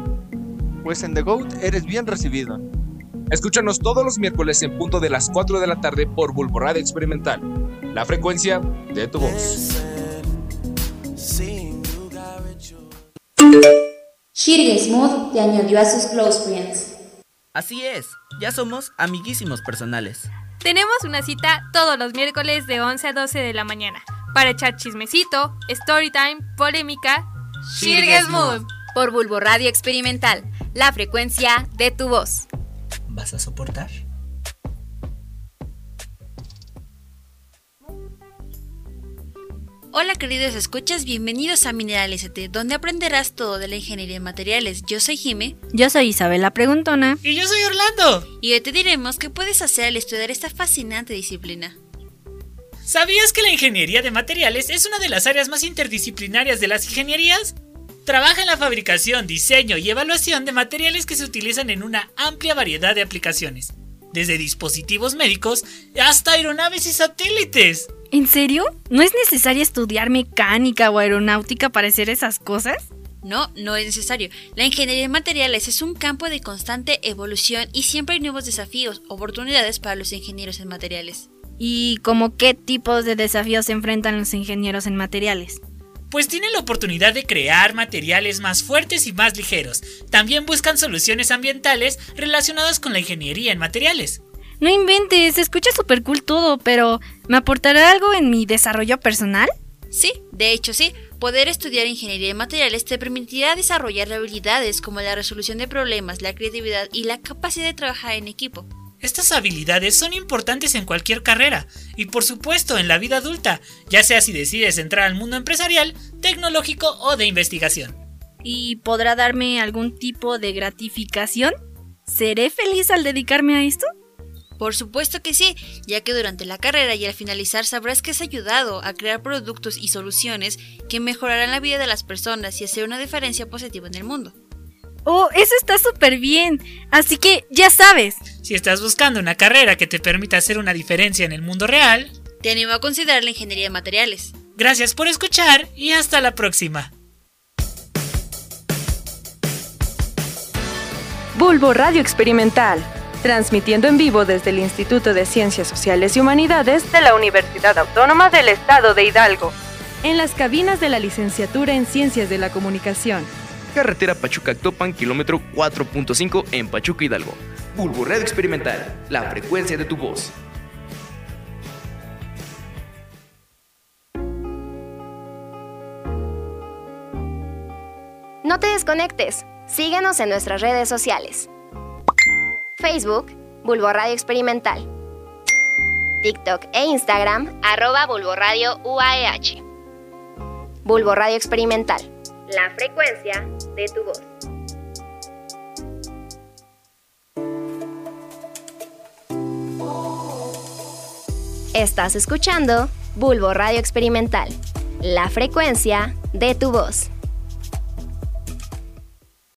[SPEAKER 10] Pues en The Goat eres bien recibido. Escúchanos todos los miércoles en punto de las 4 de la tarde por Bulborada Experimental. La frecuencia de tu voz.
[SPEAKER 8] Shirley Smooth te añadió a sus close friends.
[SPEAKER 5] Así es, ya somos amiguísimos personales.
[SPEAKER 11] Tenemos una cita todos los miércoles de 11 a 12 de la mañana para echar chismecito, storytime, polémica.
[SPEAKER 5] Shirgues Mood.
[SPEAKER 8] Por Bulbo Radio Experimental, la frecuencia de tu voz.
[SPEAKER 5] ¿Vas a soportar?
[SPEAKER 11] Hola queridos escuchas, bienvenidos a Mineral ST, donde aprenderás todo de la ingeniería en materiales. Yo soy Jime. Yo soy Isabela Preguntona.
[SPEAKER 5] Y yo soy Orlando.
[SPEAKER 11] Y hoy te diremos qué puedes hacer al estudiar esta fascinante disciplina.
[SPEAKER 5] ¿Sabías que la ingeniería de materiales es una de las áreas más interdisciplinarias de las ingenierías? Trabaja en la fabricación, diseño y evaluación de materiales que se utilizan en una amplia variedad de aplicaciones, desde dispositivos médicos hasta aeronaves y satélites.
[SPEAKER 11] ¿En serio? ¿No es necesario estudiar mecánica o aeronáutica para hacer esas cosas? No, no es necesario. La ingeniería de materiales es un campo de constante evolución y siempre hay nuevos desafíos, oportunidades para los ingenieros en materiales. ¿Y como qué tipos de desafíos se enfrentan los ingenieros en materiales?
[SPEAKER 5] pues tienen la oportunidad de crear materiales más fuertes y más ligeros. También buscan soluciones ambientales relacionadas con la ingeniería en materiales.
[SPEAKER 11] No inventes, se escucha súper cool todo, pero ¿me aportará algo en mi desarrollo personal? Sí, de hecho sí. Poder estudiar ingeniería de materiales te permitirá desarrollar habilidades como la resolución de problemas, la creatividad y la capacidad de trabajar en equipo.
[SPEAKER 5] Estas habilidades son importantes en cualquier carrera y por supuesto en la vida adulta, ya sea si decides entrar al mundo empresarial, tecnológico o de investigación.
[SPEAKER 11] ¿Y podrá darme algún tipo de gratificación? ¿Seré feliz al dedicarme a esto? Por supuesto que sí, ya que durante la carrera y al finalizar sabrás que has ayudado a crear productos y soluciones que mejorarán la vida de las personas y hacer una diferencia positiva en el mundo. Oh, eso está súper bien. Así que ya sabes.
[SPEAKER 9] Si estás buscando una carrera que te permita hacer una diferencia en el mundo real,
[SPEAKER 11] Te animo a considerar la ingeniería de materiales.
[SPEAKER 9] gracias por escuchar y hasta la próxima.
[SPEAKER 12] Bulbo Radio Experimental, transmitiendo en vivo desde el Instituto de Ciencias Sociales y Humanidades de la Universidad Autónoma del Estado de Hidalgo, en las cabinas de la Licenciatura en Ciencias de la Comunicación.
[SPEAKER 2] Carretera Pachuca-Actopan, kilómetro 4.5 en Pachuca, Hidalgo. Bulbo Red Experimental, la frecuencia de tu voz.
[SPEAKER 13] No te desconectes. Síguenos en nuestras redes sociales. Facebook, Bulbo Radio Experimental. TikTok e Instagram, arroba Bulbo Radio UAEH. Bulbo Radio Experimental. La frecuencia de tu voz. Estás escuchando Bulbo Radio Experimental. La frecuencia de tu voz.